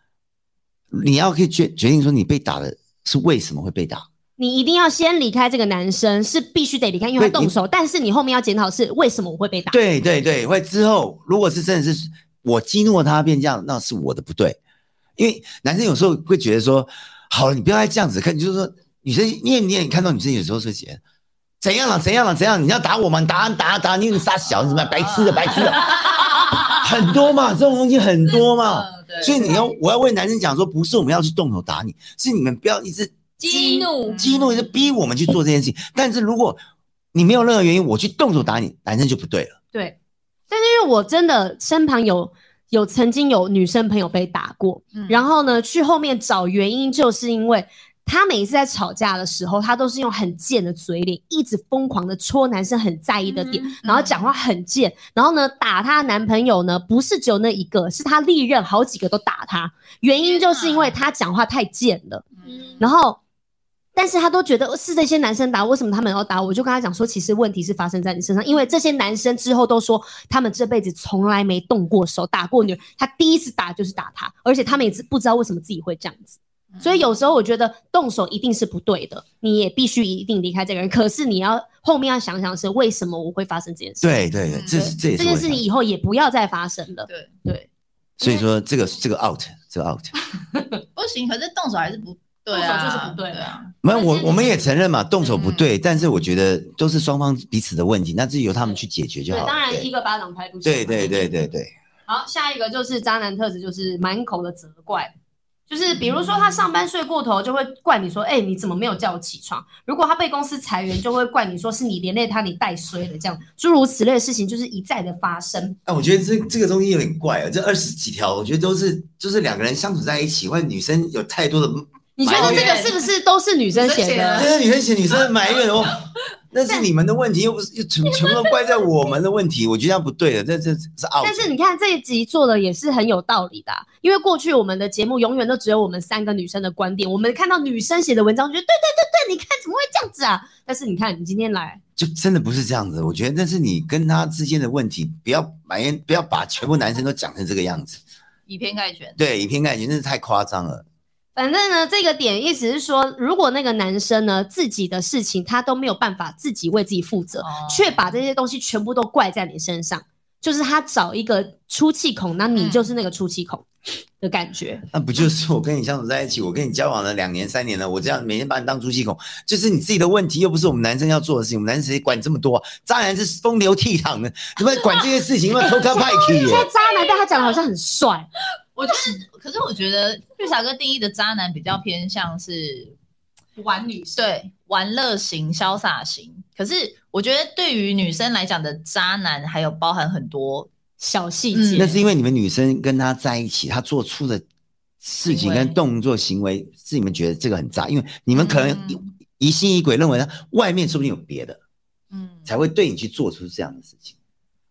[SPEAKER 2] 你要可以决决定说你被打的是为什么会被打。
[SPEAKER 1] 你一定要先离开这个男生，是必须得离开，因为他
[SPEAKER 2] 对
[SPEAKER 1] 动
[SPEAKER 2] 你
[SPEAKER 1] 手。但是你后面要检讨是为什么我会被打。
[SPEAKER 2] 对对对，会之后如果是真的是我激怒了他变这样，那是我的不对，因为男生有时候会觉得说，好了，你不要再这样子看，就是说女生，你也你也看到女生有时候是姐。怎样了？怎样了？怎样？你要打我吗？你打啊你打啊打啊！你你傻小，你什么白痴的白痴的，很多嘛，这种东西很多嘛。
[SPEAKER 3] 嗯对
[SPEAKER 2] 所以你要，我要为男生讲说，不是我们要去动手打你，是你们不要一直
[SPEAKER 4] 激怒，
[SPEAKER 2] 激怒，一直逼我们去做这件事情。但是如果你没有任何原因，我去动手打你，男生就不对了。
[SPEAKER 1] 对，但是因为我真的身旁有有曾经有女生朋友被打过，
[SPEAKER 3] 嗯
[SPEAKER 1] 然后呢去后面找原因，就是因为她每一次在吵架的时候，她都是用很贱的嘴脸，一直疯狂的戳男生很在意的点，
[SPEAKER 4] 嗯
[SPEAKER 1] 然后讲话很贱，然后呢打她的男朋友呢不是只有那一个，是她历任好几个都打她，原因就是因为她讲话太贱了。
[SPEAKER 3] 嗯
[SPEAKER 1] 然后，但是他都觉得哦是这些男生打我，为什么他们要打我？我就跟他讲说，其实问题是发生在你身上，因为这些男生之后都说他们这辈子从来没动过手打过女人，他第一次打就是打他，而且他们也是不知道为什么自己会这样子。所以有时候我觉得动手一定是不对的，你也必须一定离开这个人。可是你要后面要想想是为什么我会发生这件事，
[SPEAKER 2] 对对对，这是这也
[SPEAKER 1] 嗯这
[SPEAKER 2] 是
[SPEAKER 1] 件
[SPEAKER 2] 我的
[SPEAKER 1] 事
[SPEAKER 2] 想
[SPEAKER 1] 情
[SPEAKER 2] 法
[SPEAKER 1] 以后也不要再发生了。
[SPEAKER 3] 对，
[SPEAKER 1] 对，
[SPEAKER 2] 所以说这个这个 out 这个 out，
[SPEAKER 1] 啊
[SPEAKER 3] 不行，可是动手还是不对啊，
[SPEAKER 1] 动手就是不对嗯
[SPEAKER 3] 啊。
[SPEAKER 2] 没有
[SPEAKER 1] 但是
[SPEAKER 2] 我
[SPEAKER 1] 你
[SPEAKER 2] 我们也承认嘛，动手不对，但是我觉得都是双方彼此的问题，那自己由他们去解决就
[SPEAKER 1] 对，
[SPEAKER 2] 好了。
[SPEAKER 1] 当然
[SPEAKER 2] 对
[SPEAKER 1] 一个巴掌拍不响。
[SPEAKER 2] 对对对对对，
[SPEAKER 1] 好，下一个就是渣男特质，就是满口的责怪，就是比如说他上班睡过头，就会怪你说，哎、你怎么没有叫我起床？如果他被公司裁员，就会怪你说是你连累他，你带衰了，这样诸如此类的事情就是一再的发生。
[SPEAKER 2] 啊，我觉得这这个东西有点怪啊，这二十几条，我觉得都是就是两个人相处在一起，或者女生有太多的，
[SPEAKER 1] 你觉得这个是不是都是女生写
[SPEAKER 3] 女生写的
[SPEAKER 1] 的？
[SPEAKER 2] 但是女生写女生的埋怨哦，那是你们的问题，又不是又全全部都怪在我们的问题，我觉得这样不对的，这这这是 out。
[SPEAKER 1] 但是你看这一集做的也是很有道理的啊、因为过去我们的节目永远都只有我们三个女生的观点，我们看到女生写的文章，觉得对对对对，你看怎么会这样子啊？但是你看你今天来，
[SPEAKER 2] 就真的不是这样子。我觉得那是你跟他之间的问题，不要埋怨，不要把全部男生都讲成这个样子。
[SPEAKER 3] 以偏概全，
[SPEAKER 2] 对，以偏概全真是太夸张了。
[SPEAKER 1] 反正呢，这个点意思是说，如果那个男生呢自己的事情他都没有办法自己为自己负责，
[SPEAKER 3] 哦
[SPEAKER 1] 却把这些东西全部都怪在你身上，就是他找一个出气孔，那你
[SPEAKER 3] 嗯
[SPEAKER 1] 就是那个出气孔的感觉。
[SPEAKER 2] 那不就是我跟你相处在一起，我跟你交往了两年、三年了，我这样每天把你当出气孔，就是你自己的问题，又不是我们男生要做的事情。我们男生谁管这么多、啊？渣男是风流倜傥的，你们管这些事情，你们偷看派去耶
[SPEAKER 1] 现在？渣男被他讲的好像很帅，
[SPEAKER 3] 我觉得，可是我觉得绿茶哥定义的渣男比较偏向是
[SPEAKER 1] 玩女生
[SPEAKER 3] 对玩乐型、潇洒型。可是我觉得对于女生来讲的渣男，还有包含很多
[SPEAKER 1] 小细
[SPEAKER 3] 嗯
[SPEAKER 1] 节
[SPEAKER 2] 那。是因为你们女生跟他在一起，他做出的事情
[SPEAKER 3] 行为
[SPEAKER 2] 跟动作行为，是你们觉得这个很渣，因为你们可能
[SPEAKER 3] 嗯
[SPEAKER 2] 疑疑心疑鬼，认为他外面说不定有别的。
[SPEAKER 3] 嗯
[SPEAKER 2] 才会对你去做出这样的事情，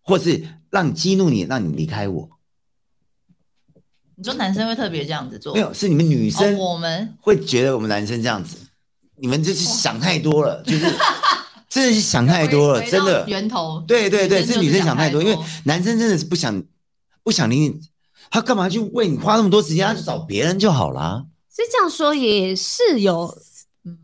[SPEAKER 2] 或是让你激怒你，让你离开我。
[SPEAKER 3] 你说男生会特别这样子做？
[SPEAKER 2] 没有，是你们女生
[SPEAKER 3] 哦我们
[SPEAKER 2] 会觉得我们男生这样子，你们就是想太多了， 就是真的是想太多了，
[SPEAKER 3] 回
[SPEAKER 2] 真
[SPEAKER 3] 回到
[SPEAKER 2] 的。
[SPEAKER 3] 源头
[SPEAKER 2] 对对对，
[SPEAKER 3] 女生就是
[SPEAKER 2] 女生想太多，因
[SPEAKER 3] 想太
[SPEAKER 2] 为
[SPEAKER 3] 多
[SPEAKER 2] 男生真的是不想不想理你，他干嘛去为你花那么多时间？他去找别人就好啦。
[SPEAKER 1] 所以这样说也是有
[SPEAKER 3] 嗯，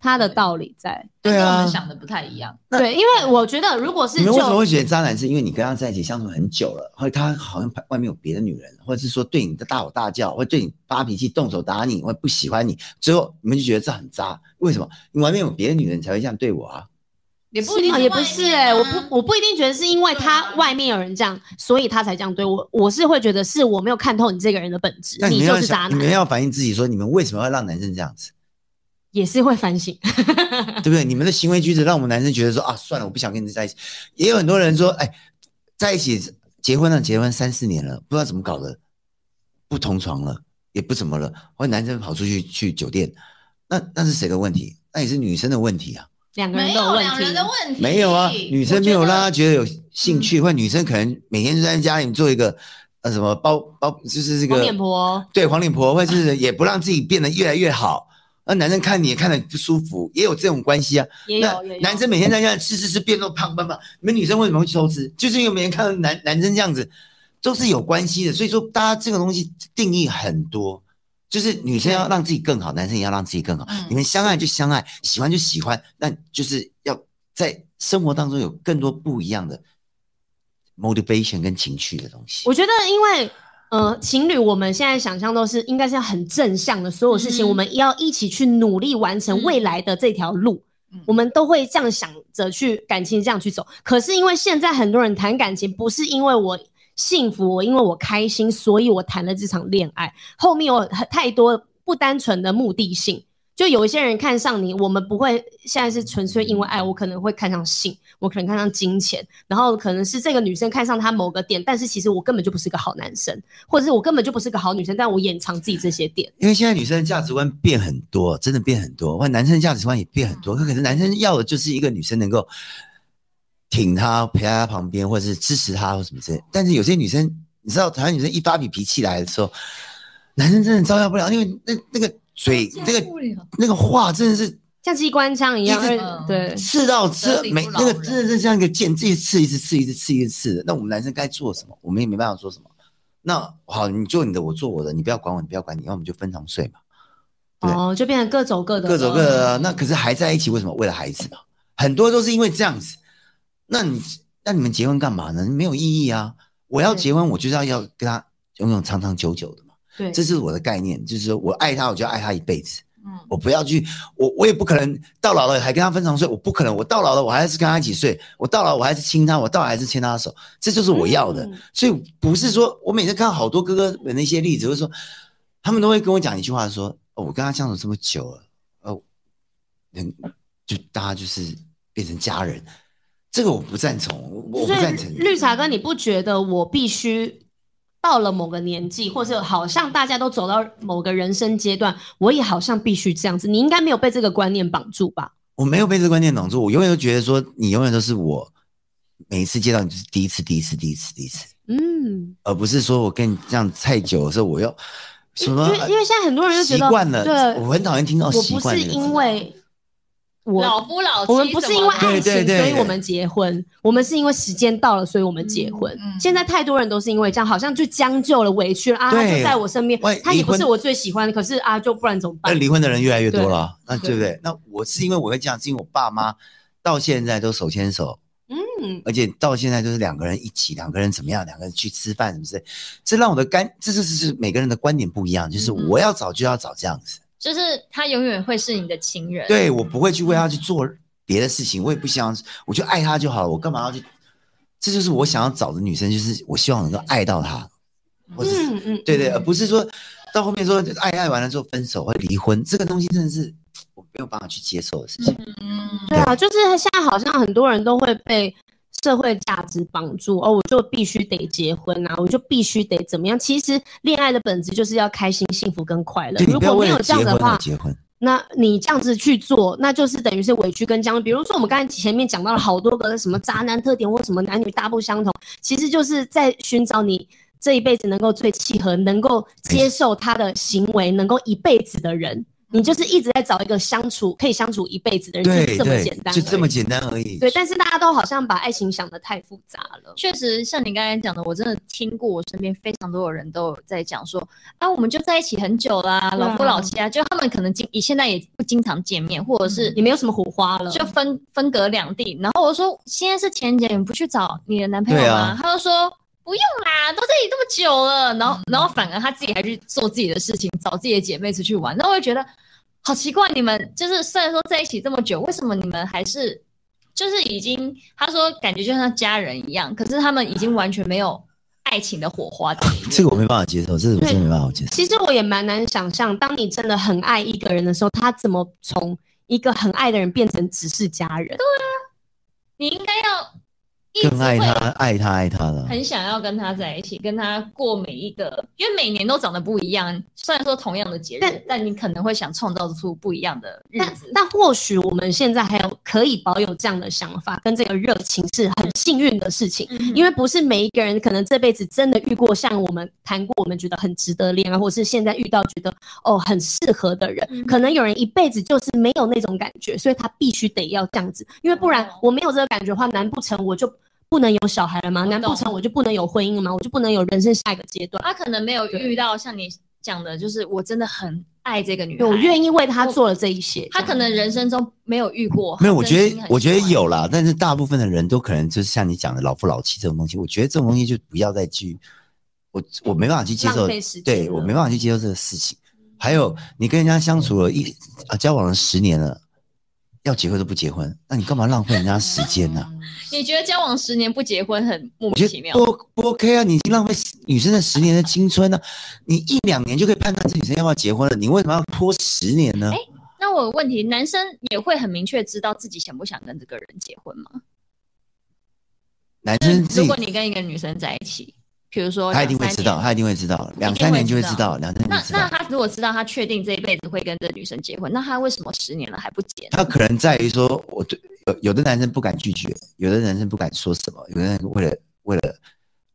[SPEAKER 1] 他的道理在。
[SPEAKER 2] 对
[SPEAKER 3] 跟我
[SPEAKER 2] 啊
[SPEAKER 3] 们，想的不太一样。
[SPEAKER 1] 对，因为我觉得如果是
[SPEAKER 2] 你
[SPEAKER 1] 就
[SPEAKER 2] 们为什么会觉得渣男？是因为你跟他在一起相处很久了，或者他好像外面有别的女人，或者是说对你的大吼大叫，或对你发脾气、动手打你，或不喜欢你，最后你们就觉得这很渣。为什么？你外面有别的女人才会这样对我啊？
[SPEAKER 3] 也不一定
[SPEAKER 1] 啊
[SPEAKER 3] 外
[SPEAKER 1] 也
[SPEAKER 3] 面啊，
[SPEAKER 1] 不是哎、我不我不一定觉得是因为他
[SPEAKER 3] 对啊
[SPEAKER 1] 外面有人这样，所以他才这样对我。我是会觉得是我没有看透你这个人的本质
[SPEAKER 2] 那，
[SPEAKER 1] 你
[SPEAKER 2] 们
[SPEAKER 1] 就
[SPEAKER 2] 要
[SPEAKER 1] 是渣
[SPEAKER 2] 想，你们
[SPEAKER 1] 男，
[SPEAKER 2] 要反映自己说，你们为什么要让男生这样子，
[SPEAKER 1] 也是会反省。
[SPEAKER 2] 对不对？你们的行为举止让我们男生觉得说啊，算了，我不想跟你在一起。也有很多人说，哎，在一起结婚了，结婚三四年了，不知道怎么搞的，不同床了，也不怎么了，或者男生跑出去去酒店，那那是谁的问题？那也是女生的问题啊，
[SPEAKER 1] 两个人
[SPEAKER 3] 没
[SPEAKER 1] 都有
[SPEAKER 3] 有
[SPEAKER 1] 问
[SPEAKER 3] 两
[SPEAKER 1] 题
[SPEAKER 3] 人。的问题，
[SPEAKER 2] 没有啊，女生没有让他觉得嗯有兴趣，或者女生可能每天就在家里做一个呃什么包包，就是这个
[SPEAKER 1] 黄脸婆，
[SPEAKER 2] 对黄脸婆，或者是也不让自己变得越来越好。那男生看你也看得不舒服，也有这种关系啊。
[SPEAKER 1] 也
[SPEAKER 2] 那
[SPEAKER 1] 有也有
[SPEAKER 2] 男生每天在家里吃吃吃，变肉胖胖胖。你们女生为什么会去偷吃？就是因为每天看到男男生这样子，都是有关系的。所以说，大家这个东西定义很多，就是女生要让自己更好，男生也要让自己更好。
[SPEAKER 3] 嗯
[SPEAKER 2] 你们相爱就相爱，喜欢就喜欢，那就是要在生活当中有更多不一样的 motivation 跟情绪的东西
[SPEAKER 1] 我。觉得因为。呃，情侣，我们现在想象都是应该是要很正向的，所有事情
[SPEAKER 3] 嗯
[SPEAKER 1] 我们要一起去努力完成
[SPEAKER 3] 嗯
[SPEAKER 1] 未来的这条路，
[SPEAKER 3] 嗯
[SPEAKER 1] 我们都会这样想着去感情这样去走。可是因为现在很多人谈感情，不是因为我幸福，我因为我开心，所以我谈了这场恋爱，后面有很太多不单纯的目的性。就有一些人看上你，我们不会现在是纯粹因为爱，我可能会看上性，我可能看上金钱，然后可能是这个女生看上他某个点，但是其实我根本就不是个好男生，或者是我根本就不是个好女生，但我掩藏自己这些点。
[SPEAKER 2] 因为现在女生的价值观变很多，真的变很多，或男生的价值观也变很多。可是男生要的就是一个女生能够挺他、陪在他旁边，或者是支持他或什么之类的。但是有些女生，你知道，台湾女生一发起脾气来的时候，男生真的招架不了，因为那那个嘴、那个那个话真的是
[SPEAKER 1] 像机关枪一嗯样，
[SPEAKER 2] 一直
[SPEAKER 1] 而对，
[SPEAKER 2] 刺到刺
[SPEAKER 3] 得理不
[SPEAKER 2] 每
[SPEAKER 3] 饶
[SPEAKER 2] 那个
[SPEAKER 3] 人
[SPEAKER 2] 真的是像一个箭，一直刺，一直刺，一直刺，一直刺的。那我们男生该做什么？我们也没办法做什么。那好，你做你的，我做我的，你不要管我，你不要管你，那我们就分床睡嘛，对
[SPEAKER 1] 哦，就变成各走各的，
[SPEAKER 2] 各走各的啊。那可是还在一起，为什么？为了孩子嘛，很多都是因为这样子。那你那你们结婚干嘛呢？没有意义啊！我要
[SPEAKER 1] 对
[SPEAKER 2] 结婚，我就是要要跟他永永长长久久的嘛，
[SPEAKER 1] 对，
[SPEAKER 2] 这是我的概念，就是说我爱他，我就要爱他一辈子。
[SPEAKER 3] 嗯，
[SPEAKER 2] 我不要去，我我也不可能到老了还跟他分床睡，我不可能，我到老了我还是跟他一起睡，我到老我还是亲他，我到老还是牵他的手，这就是我要的。
[SPEAKER 1] 嗯
[SPEAKER 2] 所以不是说我每次看到好多哥哥们的一些例子，就是说他们都会跟我讲一句话说，哦，我跟他相处这么久了，哦，人就大家就是变成家人，这个我不赞成，我我不
[SPEAKER 1] 所
[SPEAKER 2] 赞
[SPEAKER 1] 以
[SPEAKER 2] 成。
[SPEAKER 1] 绿茶哥，你不觉得我必须到了某个年纪，或者好像大家都走到某个人生阶段，我也好像必须这样子？你应该没有被这个观念绑住吧？
[SPEAKER 2] 我没有被这个观念绑住，我永远都觉得说你永远都是我，每一次见到你就是第一次，第一次，第一次，第一次。
[SPEAKER 1] 嗯，
[SPEAKER 2] 而不是说我跟你这样太久的时候，我又什
[SPEAKER 1] 因
[SPEAKER 2] 么
[SPEAKER 1] 为因为现在很多人就觉
[SPEAKER 2] 习
[SPEAKER 1] 得
[SPEAKER 2] 惯了，
[SPEAKER 1] 对，
[SPEAKER 2] 我很讨厌听到
[SPEAKER 1] 我
[SPEAKER 2] 习
[SPEAKER 1] 不
[SPEAKER 2] 惯
[SPEAKER 1] 是
[SPEAKER 2] 这个字
[SPEAKER 1] 因为我
[SPEAKER 4] 老夫老妻，
[SPEAKER 1] 我们不哦是因为爱
[SPEAKER 2] 对对
[SPEAKER 1] 情，
[SPEAKER 2] 对
[SPEAKER 1] 所以我们结婚。我们是因为时间到了，所以我们结婚
[SPEAKER 3] 嗯。嗯
[SPEAKER 1] 现在太多人都是因为这样，好像就将就了、委屈了啊，他
[SPEAKER 2] 对
[SPEAKER 1] 就在我身边
[SPEAKER 2] 万一，
[SPEAKER 1] 他也不
[SPEAKER 2] 离
[SPEAKER 1] 是
[SPEAKER 2] 婚呃
[SPEAKER 1] 我最喜欢的，可是啊，就不然怎么
[SPEAKER 2] 那
[SPEAKER 1] 办？
[SPEAKER 2] 离婚的人越来越多了啊，那
[SPEAKER 1] 对
[SPEAKER 2] 对不对？那我是因为我会这样，是因为我爸妈到现在都手牵手，
[SPEAKER 1] 嗯，
[SPEAKER 2] 而且到现在就是两个人一起，两个人怎么样，两个人去吃饭什么之类，这让我的干，这就是是每个人的观点不一样，就是
[SPEAKER 4] 嗯
[SPEAKER 2] 我要找就要找这样子，
[SPEAKER 4] 就是他永远会是你的情人。
[SPEAKER 2] 对我不会去为他去做别的事情，我也不想，我就爱他就好了，我干嘛要去？这就是我想要找的女生，就是我希望能够爱到她，或者是
[SPEAKER 1] 嗯嗯，
[SPEAKER 2] 对对，而不是说到后面说爱爱完了之后分手或离婚，这个东西真的是我没有办法去接受的事情。
[SPEAKER 1] 对啊，就是现在好像很多人都会被社会价值绑住哦，我就必须得结婚啊，我就必须得怎么样？其实恋爱的本质就是要开心、幸福跟快乐。
[SPEAKER 2] 对，你
[SPEAKER 1] 如
[SPEAKER 2] 不要
[SPEAKER 1] 果没
[SPEAKER 2] 为
[SPEAKER 1] 有
[SPEAKER 2] 了
[SPEAKER 1] 这
[SPEAKER 2] 结
[SPEAKER 1] 样
[SPEAKER 2] 婚啊
[SPEAKER 1] 的
[SPEAKER 2] 而
[SPEAKER 1] 话，
[SPEAKER 2] 结婚，
[SPEAKER 1] 那你这样子去做，那就是等于是委屈跟将就。比如说我们刚才前面讲到了好多个什么渣男特点或什么男女大不相同，其实就是在寻找你这一辈子能够最契合、能够接受他的行为、能够一辈子的人。你就是一直在找一个相处可以相处一辈子的人，就是
[SPEAKER 2] 对
[SPEAKER 1] 这么
[SPEAKER 2] 对
[SPEAKER 1] 简，单，
[SPEAKER 2] 就这么。简单而已。
[SPEAKER 1] 对，但是大家都好像把爱情想得太复杂了。
[SPEAKER 4] 确实，像你刚才讲的，我真的听过，我身边非常多的人都有在讲说，啊，我们就在一起很久啦，
[SPEAKER 1] 对啊
[SPEAKER 4] 老夫老妻啊，就他们可能经现在也不经常见面，或者
[SPEAKER 2] 嗯
[SPEAKER 4] 是
[SPEAKER 1] 也没有什么火花了，
[SPEAKER 4] 就分分隔两地。然后我说，现在是情人节，你不去找你的男朋友
[SPEAKER 2] 对
[SPEAKER 4] 吗？
[SPEAKER 2] 啊
[SPEAKER 4] 他就说不用啦，都在一起这么久了。然后，然后反而他自己还去做自己的事情，找自己的姐妹出去玩。那我就觉得好奇怪，你们就是虽然说在一起这么久，为什么你们还是就是已经他说感觉就像家人一样，可是他们已经完全没有爱情的火花在里 面。
[SPEAKER 2] 这个我没办法接受，这个我真的没办法接受。
[SPEAKER 1] 其实我也蛮难想象，当你真的很爱一个人的时候，他怎么从一个很爱的人变成只是家人？
[SPEAKER 4] 你应该要一直
[SPEAKER 2] 更爱他
[SPEAKER 4] 会，
[SPEAKER 2] 爱他，爱他的。
[SPEAKER 4] 很想要跟他在一起，跟他过每一个，因为每年都长得不一样。虽然说同样的节日，
[SPEAKER 1] 但
[SPEAKER 4] 但你可能会想创造出不一样的日
[SPEAKER 1] 但
[SPEAKER 4] 子。
[SPEAKER 1] 但或许我们现在还有可以保有这样的想法跟这个热情是很幸运的事情，因为
[SPEAKER 4] 为
[SPEAKER 1] 不是每一个人可能这辈子真的遇过像我们谈过我们觉得很值得恋爱，或是现在遇到觉得哦很适合的人，
[SPEAKER 4] 嗯
[SPEAKER 1] 可能有人一辈子就是没有那种感觉，所以他必须得要这样子，因为不然
[SPEAKER 4] 哦
[SPEAKER 1] 我没有这个感觉的话，难不成我就不能有小孩了吗？
[SPEAKER 4] 我
[SPEAKER 1] 难不
[SPEAKER 4] 懂哎
[SPEAKER 1] 成我就不能有婚姻了吗？我就不能有人生下一个阶段？
[SPEAKER 4] 他啊可能没有遇到像你讲的，就是我真的很爱这个女孩，
[SPEAKER 1] 我愿
[SPEAKER 4] 意。
[SPEAKER 1] 意为他做了这一些，
[SPEAKER 4] 他可能人生中没有遇过，
[SPEAKER 2] 没有，我觉
[SPEAKER 4] 真心
[SPEAKER 2] 得
[SPEAKER 4] 很喜欢
[SPEAKER 2] 我觉得有啦，但是大部分的人都可能就是像你讲的老夫老妻这种东西，我觉得这种东西就不要再去，我我没办法去接受
[SPEAKER 1] 浪费时，间
[SPEAKER 2] 对
[SPEAKER 1] 了
[SPEAKER 2] 我没办法去接受这个事情。
[SPEAKER 4] 嗯
[SPEAKER 2] 还有你跟人家相处了一啊交往了十年了，要结婚都不结婚，那你干嘛浪费人家时间呢、
[SPEAKER 4] 你觉得交往十年不结婚很莫
[SPEAKER 2] 我
[SPEAKER 4] 名
[SPEAKER 2] 觉
[SPEAKER 4] 其
[SPEAKER 2] 得
[SPEAKER 4] 妙
[SPEAKER 2] 不，不 OK 啊！你已经浪费女生的十年的青春了、你一两年就可以判断这女生要不要结婚了，你为什么要拖十年呢？
[SPEAKER 4] 那我有问题，男生也会很明确知道自己想不想跟这个人结婚吗？
[SPEAKER 2] 男生自
[SPEAKER 4] 如
[SPEAKER 2] 己
[SPEAKER 4] 果你跟一个女生在一起，比如说
[SPEAKER 2] 他一定会
[SPEAKER 4] 两三
[SPEAKER 2] 知道，
[SPEAKER 4] 年
[SPEAKER 2] 他一定会知道，两
[SPEAKER 4] 一定
[SPEAKER 2] 三
[SPEAKER 4] 会
[SPEAKER 2] 年就会
[SPEAKER 4] 知
[SPEAKER 2] 知
[SPEAKER 4] 道
[SPEAKER 2] 道，两三年
[SPEAKER 4] 那
[SPEAKER 2] 就知
[SPEAKER 4] 那
[SPEAKER 2] 道。
[SPEAKER 4] 他如果知道他确定这一辈子会跟这女生结婚，那他为什么十年了还不结呢？
[SPEAKER 2] 他可能在于说，我对有有的男生不敢拒绝，有的男生不敢说什么，有的人为了为了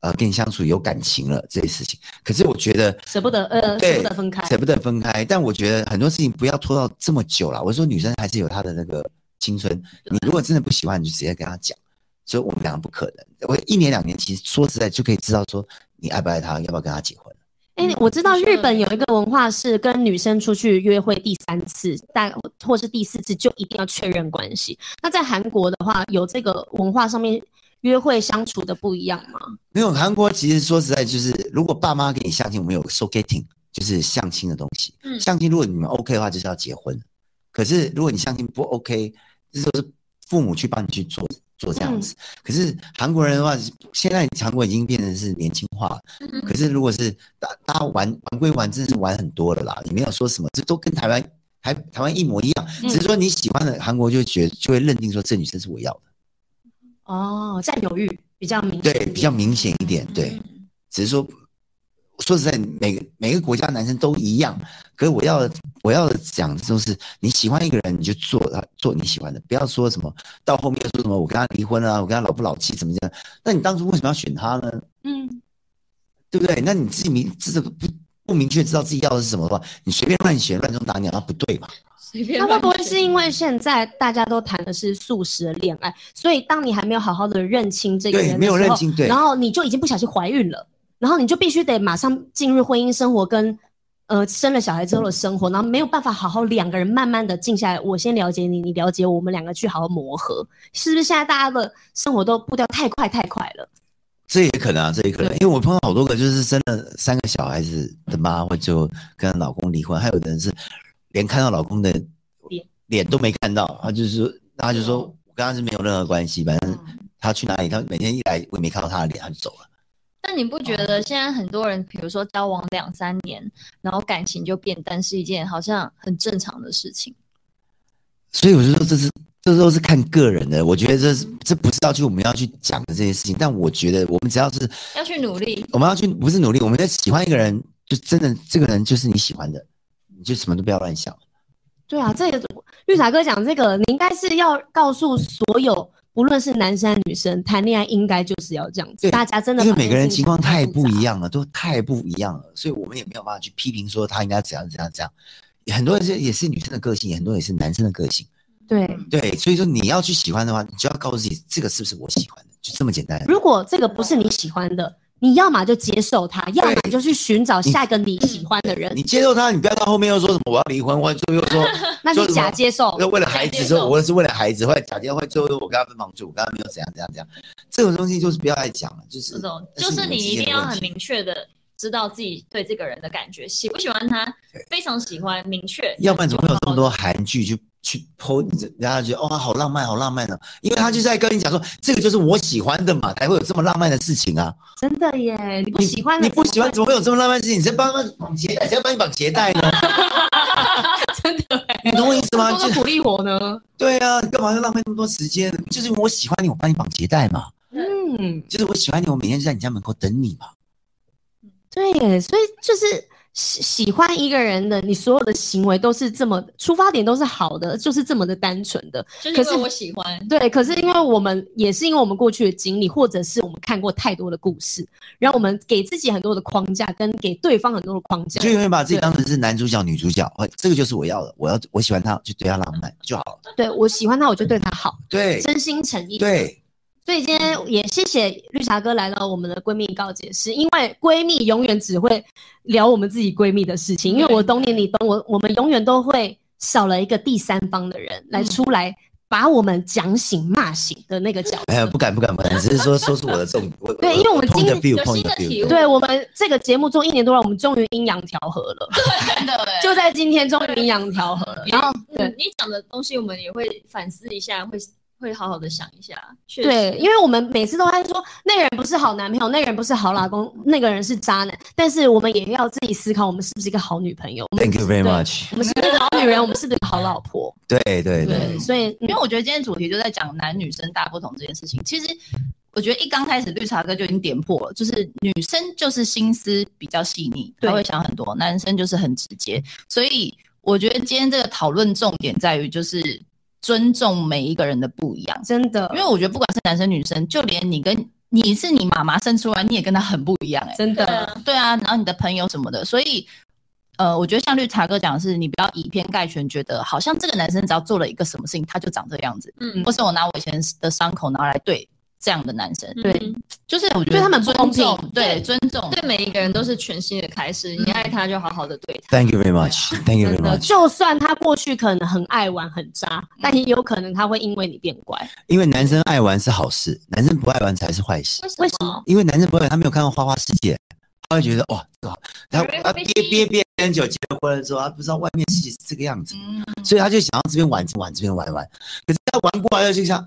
[SPEAKER 2] 呃跟你相处有感情了这些事情。可是我觉得
[SPEAKER 1] 舍不得，呃，舍
[SPEAKER 2] 对
[SPEAKER 1] 不得分开。
[SPEAKER 2] 舍不得分开，但我觉得很多事情不要拖到这么久了。我说女生还是有她的那个青春，你如果真的不喜欢，你就直接跟她讲。所以我们两个不可能，我一年两年，其实说实在就可以知道说你爱不爱她，要不要跟她结婚。
[SPEAKER 1] 哎、
[SPEAKER 4] 嗯
[SPEAKER 1] 我知道
[SPEAKER 4] 是
[SPEAKER 1] 日本有一个文化是跟女生出去约会第三次，但或是第四次就一定要确认关系。那在韩国的话，有这个文化上面约会相处的不一样吗？
[SPEAKER 2] 没有韩国，其实说实在就是，如果爸妈给你相亲，我们有 so getting，就是相亲的东西。
[SPEAKER 4] 嗯
[SPEAKER 2] 相亲如果你们 OK 的话，就是要结婚。可是如果你相亲不 OK，这都是父母去帮你去做做这样子。可是韩国人的话，现在韩国已经变成是年轻化了。可是如果是大大家玩玩归玩，真的是玩很多了啦，也没有说什么，这都跟台湾台台湾一模一样，只是说你喜欢的韩国就觉就会认定说这女生是我要的，
[SPEAKER 1] 哦，占有欲比较明显一
[SPEAKER 2] 对
[SPEAKER 1] 点，，
[SPEAKER 2] 比较明显一点，对。只是说，说实在，每个每个国家男生都一样。可是我要我要讲的就是，你喜欢一个人，你就做他做你喜欢的，不要说什么到后面又说什么我跟他离婚啊，我跟他老不老妻怎么样？那你当初为什么要选他呢？
[SPEAKER 1] 嗯，
[SPEAKER 2] 对不对？那你自己明自己不不明确知道自己要的是什么的话，你随便乱选乱中打鸟，那不对嘛？
[SPEAKER 4] 随便
[SPEAKER 1] 那
[SPEAKER 4] 乱
[SPEAKER 1] 会
[SPEAKER 4] 选。
[SPEAKER 1] 不会是因为现在大家都谈的是素食的恋爱，所以当你还没有好好的认清这个
[SPEAKER 2] 对
[SPEAKER 1] 人的时候，
[SPEAKER 2] 没有认清对
[SPEAKER 1] 然后你就已经不小心怀孕了，然后你就必须得马上进入婚姻生活跟呃生了小孩之后的生活，然后没有办法好好两个人慢慢的静下来，我先了解你，你了解我，我们两个去好好磨合，是不是现在大家的生活都步调太快太快了？
[SPEAKER 2] 这也可能啊，这也可能，因为我碰到好多个就是生了三个小孩子的妈，或就跟老公离婚，还有的人是连看到老公的
[SPEAKER 1] 脸
[SPEAKER 2] 脸都没看到，他就是说，他就说我跟他是没有任何关系，反正他去哪里，他每天一来我也没看到他的脸，他就走了。
[SPEAKER 4] 但你不觉得现在很多人，比如说交往两三年，然后感情就变淡，是一件好像很正常的事情？
[SPEAKER 2] 所以我就说这是这都是看个人的，我觉得这是这不是要去我们要去讲的这些事情，但我觉得我们只要是
[SPEAKER 4] 要去努力，
[SPEAKER 2] 我们要去不是努力，我们要喜欢一个人，就真的这个人就是你喜欢的，你就什么都不要乱想。
[SPEAKER 1] 对啊，这个绿茶哥讲这个，你应该是要告诉所有，不论是男生还是女生，谈恋爱应该就是要这样子。
[SPEAKER 2] 对
[SPEAKER 1] 大家真的
[SPEAKER 2] 因为
[SPEAKER 1] 把这
[SPEAKER 2] 每个人
[SPEAKER 1] 件事情
[SPEAKER 2] 情况
[SPEAKER 1] 想
[SPEAKER 2] 太
[SPEAKER 1] 复杂
[SPEAKER 2] 不一样了，都太不一样了，所以我们也没有办法去批评说他应该怎样怎样怎样。很多人是也是女生的个性，很多也是男生的个性，
[SPEAKER 1] 对，
[SPEAKER 2] 对，所以说你要去喜欢的话，你就要告诉自己这个是不是我喜欢的，就这么简单。
[SPEAKER 1] 如果这个不是你喜欢的，你要么就接受它，要么你就去寻找下一个你喜欢的人
[SPEAKER 2] 你，接受他，你不要到后面又说什么我要离婚，或者最后又 说
[SPEAKER 1] 那就假接受。
[SPEAKER 2] 要为了孩子说我是为了孩子，后来假结婚，最后我跟他分房住，我跟他没有怎样怎样怎样，这种东西就是不要再讲了，就是
[SPEAKER 4] 这种
[SPEAKER 2] 那
[SPEAKER 4] 就是是
[SPEAKER 2] 你们
[SPEAKER 4] 你
[SPEAKER 2] 之
[SPEAKER 4] 一
[SPEAKER 2] 间
[SPEAKER 4] 定
[SPEAKER 2] 的
[SPEAKER 4] 要
[SPEAKER 2] 问
[SPEAKER 4] 很
[SPEAKER 2] 题
[SPEAKER 4] 明确的知道自己对这个人的感觉，喜不喜欢他，非常喜欢，明确。
[SPEAKER 2] 要不然怎么会有这么多韩剧去去剖？然后觉得哦，好浪漫，好浪漫哦，因为他就在跟你讲说，这个就是我喜欢的嘛，才会有这么浪漫的事情啊。
[SPEAKER 1] 真的耶，你不喜欢
[SPEAKER 2] 你
[SPEAKER 1] 的
[SPEAKER 2] 不喜欢，怎么会有这么浪漫的事情？你在帮他绑鞋带，谁要帮你绑鞋带呢？
[SPEAKER 1] 真的耶，
[SPEAKER 2] 你懂我意思吗？
[SPEAKER 1] 做
[SPEAKER 2] 就
[SPEAKER 1] 个苦力活呢。
[SPEAKER 2] 对啊，你干嘛要浪费那么多时间？就是因为我喜欢你，我帮你绑鞋带嘛。
[SPEAKER 1] 嗯，
[SPEAKER 2] 就是我喜欢你，我每天就在你家门口等你嘛。
[SPEAKER 1] 对耶，所以就是喜喜欢一个人的，你所有的行为都是这么出发点都是好的，就是这么的单纯的。
[SPEAKER 4] 就是
[SPEAKER 1] 可
[SPEAKER 4] 因
[SPEAKER 1] 是
[SPEAKER 4] 为我喜欢，
[SPEAKER 1] 对，可是因为我们也是因为我们过去的经历，或者是我们看过太多的故事，让我们给自己很多的框架，跟给对方很多的框架
[SPEAKER 2] 就。永远把自己当成是男主角、女主角，哦这个就是我要的，我要我喜欢他，就对他浪漫就好了。
[SPEAKER 1] 对我喜欢他，我就对他好，
[SPEAKER 2] 对
[SPEAKER 1] 真心诚意。
[SPEAKER 2] 对。
[SPEAKER 1] 所以今天也谢谢绿茶哥来到我们的闺蜜告解室，因为闺蜜永远只会聊我们自己闺蜜的事情，因为我懂你，你懂我，我们永远都会少了一个第三方的人来出来把我们讲醒、骂醒的那个角
[SPEAKER 2] 哎呀，
[SPEAKER 1] 色。
[SPEAKER 2] 不敢不敢不敢，只是说说出我的重点。我
[SPEAKER 1] 对因为我们
[SPEAKER 2] 碰的
[SPEAKER 1] 今
[SPEAKER 2] view
[SPEAKER 4] 有
[SPEAKER 2] 碰
[SPEAKER 4] 新
[SPEAKER 2] 的
[SPEAKER 4] 的体
[SPEAKER 2] view，
[SPEAKER 4] 悟
[SPEAKER 1] 对我们这个节目做一年多了，我们终于阴阳调和了，
[SPEAKER 3] 真的哎，
[SPEAKER 1] 就在今天终于阴阳调和了。然后对
[SPEAKER 4] 嗯，你讲的东西我们也会反思一下，会会好好的想一下。确实
[SPEAKER 1] 对，因为我们每次都在说那个人不是好男朋友，那个人不是好老公，那个人是渣男，但是我们也要自己思考，我们是不是一个好女朋友，我们
[SPEAKER 2] Thank you
[SPEAKER 1] 对
[SPEAKER 2] very much。
[SPEAKER 1] 我们是不是好女人，我们是不是好老婆？
[SPEAKER 2] 对对对
[SPEAKER 1] 对，所以
[SPEAKER 3] 因为我觉得今天主题就在讲男女生大不同这件事情。其实我觉得一刚开始绿茶哥就已经点破了，就是女生就是心思比较细腻，
[SPEAKER 1] 对
[SPEAKER 3] 她会想很多；男生就是很直接。所以我觉得今天这个讨论重点在于就是尊重每一个人的不一样，
[SPEAKER 1] 真的
[SPEAKER 3] 因为我觉得不管是男生女生，就连你跟你是你妈妈生出来，你也跟她很不一样哎、
[SPEAKER 1] 真的。
[SPEAKER 3] 对啊，然后你的朋友什么的，所以呃，我觉得像绿茶哥讲的是，你不要以偏概全，觉得好像这个男生只要做了一个什么事情，他就长这个样子，
[SPEAKER 4] 嗯
[SPEAKER 3] 或是我拿我以前的伤口拿来对这样的男生，
[SPEAKER 4] 对
[SPEAKER 3] 就是我觉
[SPEAKER 1] 对
[SPEAKER 3] 得
[SPEAKER 1] 他们不
[SPEAKER 3] 尊
[SPEAKER 1] 公
[SPEAKER 3] 重，
[SPEAKER 1] 平
[SPEAKER 3] 对尊重，
[SPEAKER 4] 对每一个人都是全新的开始，你爱他就好好的对他。
[SPEAKER 2] Thank you very much. Thank you very
[SPEAKER 4] 真的
[SPEAKER 2] much.
[SPEAKER 1] 就算他过去可能很爱玩很渣，但也有可能他会因为你变乖。
[SPEAKER 2] 因为男生爱玩是好事，男生不爱玩才是坏事。
[SPEAKER 1] 为
[SPEAKER 4] 为
[SPEAKER 1] 什
[SPEAKER 4] 什
[SPEAKER 1] 么
[SPEAKER 4] 么？
[SPEAKER 2] 因为男生不爱玩，他没有看过花花世界，他会觉得哇，这好他
[SPEAKER 4] 有人
[SPEAKER 2] 他
[SPEAKER 4] 会被
[SPEAKER 2] 憋
[SPEAKER 4] 吸
[SPEAKER 2] 憋憋很久，结婚了之后，他不知道外面世界是这个样子，
[SPEAKER 3] 嗯，
[SPEAKER 2] 所以他就想要这边玩玩，这边玩玩。可是他玩过来了，就想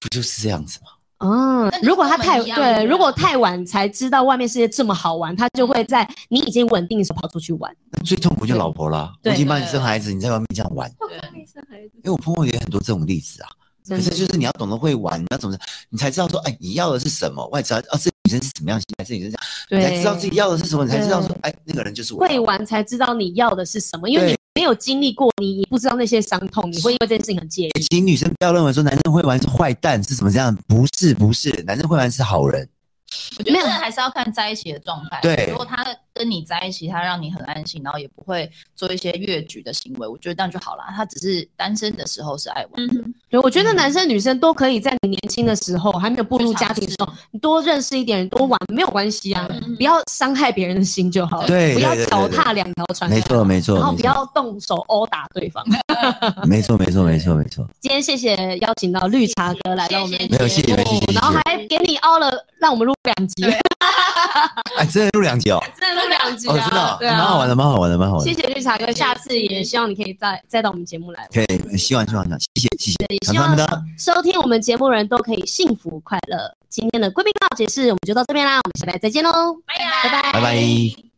[SPEAKER 2] 不就是这样子吗？
[SPEAKER 1] 嗯
[SPEAKER 3] 那，就
[SPEAKER 1] 如果他
[SPEAKER 3] 跟我
[SPEAKER 1] 太
[SPEAKER 3] 们一样
[SPEAKER 1] 对，
[SPEAKER 3] 对
[SPEAKER 1] 如果太晚才知道外面世界这么好玩，他就会在你已经稳定的时候跑出去玩。
[SPEAKER 2] 那最痛苦就老婆啦，我
[SPEAKER 1] 对
[SPEAKER 2] 已经帮你生孩子，你在外面这样玩。因为我碰过也很多这种例子啊，
[SPEAKER 1] 真
[SPEAKER 2] 可
[SPEAKER 1] 的
[SPEAKER 2] 是就是你要懂得会玩，你要怎么，你才知道说，哎，你要的是什么，我也知道，哦，这女生是什么样心态，这女生是这
[SPEAKER 1] 对，
[SPEAKER 2] 样，你才知道自己要的是什么，你才知道说，哎，那个人就是我。
[SPEAKER 1] 会玩才知道你要的是什么，因为你
[SPEAKER 2] 对
[SPEAKER 1] 没有经历过，你也不知道那些伤痛，你会因为这件事情很介意。
[SPEAKER 2] 请女生不要认为说男生会玩是坏蛋是怎么这样，不是不是，男生会玩是好人。
[SPEAKER 3] 我觉得
[SPEAKER 1] 没有
[SPEAKER 3] 这还是要看在一起的状态。
[SPEAKER 2] 对
[SPEAKER 3] 如果他跟你在一起，他让你很安心，然后也不会做一些越矩的行为，我觉得这样就好啦。他只是单身的时候是爱玩，
[SPEAKER 4] 嗯哼，
[SPEAKER 1] 对，我觉得男生女生都可以在你年轻的时候，还没有步入家庭的时候，你多认识一点人，多玩没有关系啊，
[SPEAKER 4] 嗯
[SPEAKER 1] 不要伤害别人的心就好了。
[SPEAKER 2] 对
[SPEAKER 1] 不要
[SPEAKER 2] 对对对
[SPEAKER 1] 脚
[SPEAKER 2] 对
[SPEAKER 1] 踏两条船。
[SPEAKER 2] 没错没错
[SPEAKER 1] 啊然后
[SPEAKER 2] 没
[SPEAKER 1] 不
[SPEAKER 2] 错
[SPEAKER 1] 要动手殴打对方。
[SPEAKER 2] 没错没错没错没错，
[SPEAKER 1] 今天谢谢邀请到绿茶哥来到我们的
[SPEAKER 3] 谢
[SPEAKER 2] 没有谢谢
[SPEAKER 1] 节
[SPEAKER 2] 谢
[SPEAKER 1] 目
[SPEAKER 2] 谢谢，
[SPEAKER 1] 哦然后
[SPEAKER 2] 谢。
[SPEAKER 1] 还给你凹了，让我们录两集，
[SPEAKER 3] 对
[SPEAKER 2] 哎，真的录两集哦，
[SPEAKER 1] 真的录两集
[SPEAKER 2] 哦，真的
[SPEAKER 1] 啊
[SPEAKER 2] 哦，，
[SPEAKER 1] 对
[SPEAKER 2] 蛮好
[SPEAKER 1] 啊
[SPEAKER 2] 玩。的，蛮好玩的，蛮好玩
[SPEAKER 1] 谢
[SPEAKER 2] 的。
[SPEAKER 1] 谢绿茶哥，下次也希望你可以再再到我们节目来。
[SPEAKER 2] 可以，希望希望希望，谢谢谢谢，
[SPEAKER 1] 希望收听我们节目的人都可以幸福快乐。今天的贵宾告解室我们就到这边啦，我们下礼拜再见喽，
[SPEAKER 3] 拜呀
[SPEAKER 1] 拜拜
[SPEAKER 2] 拜拜。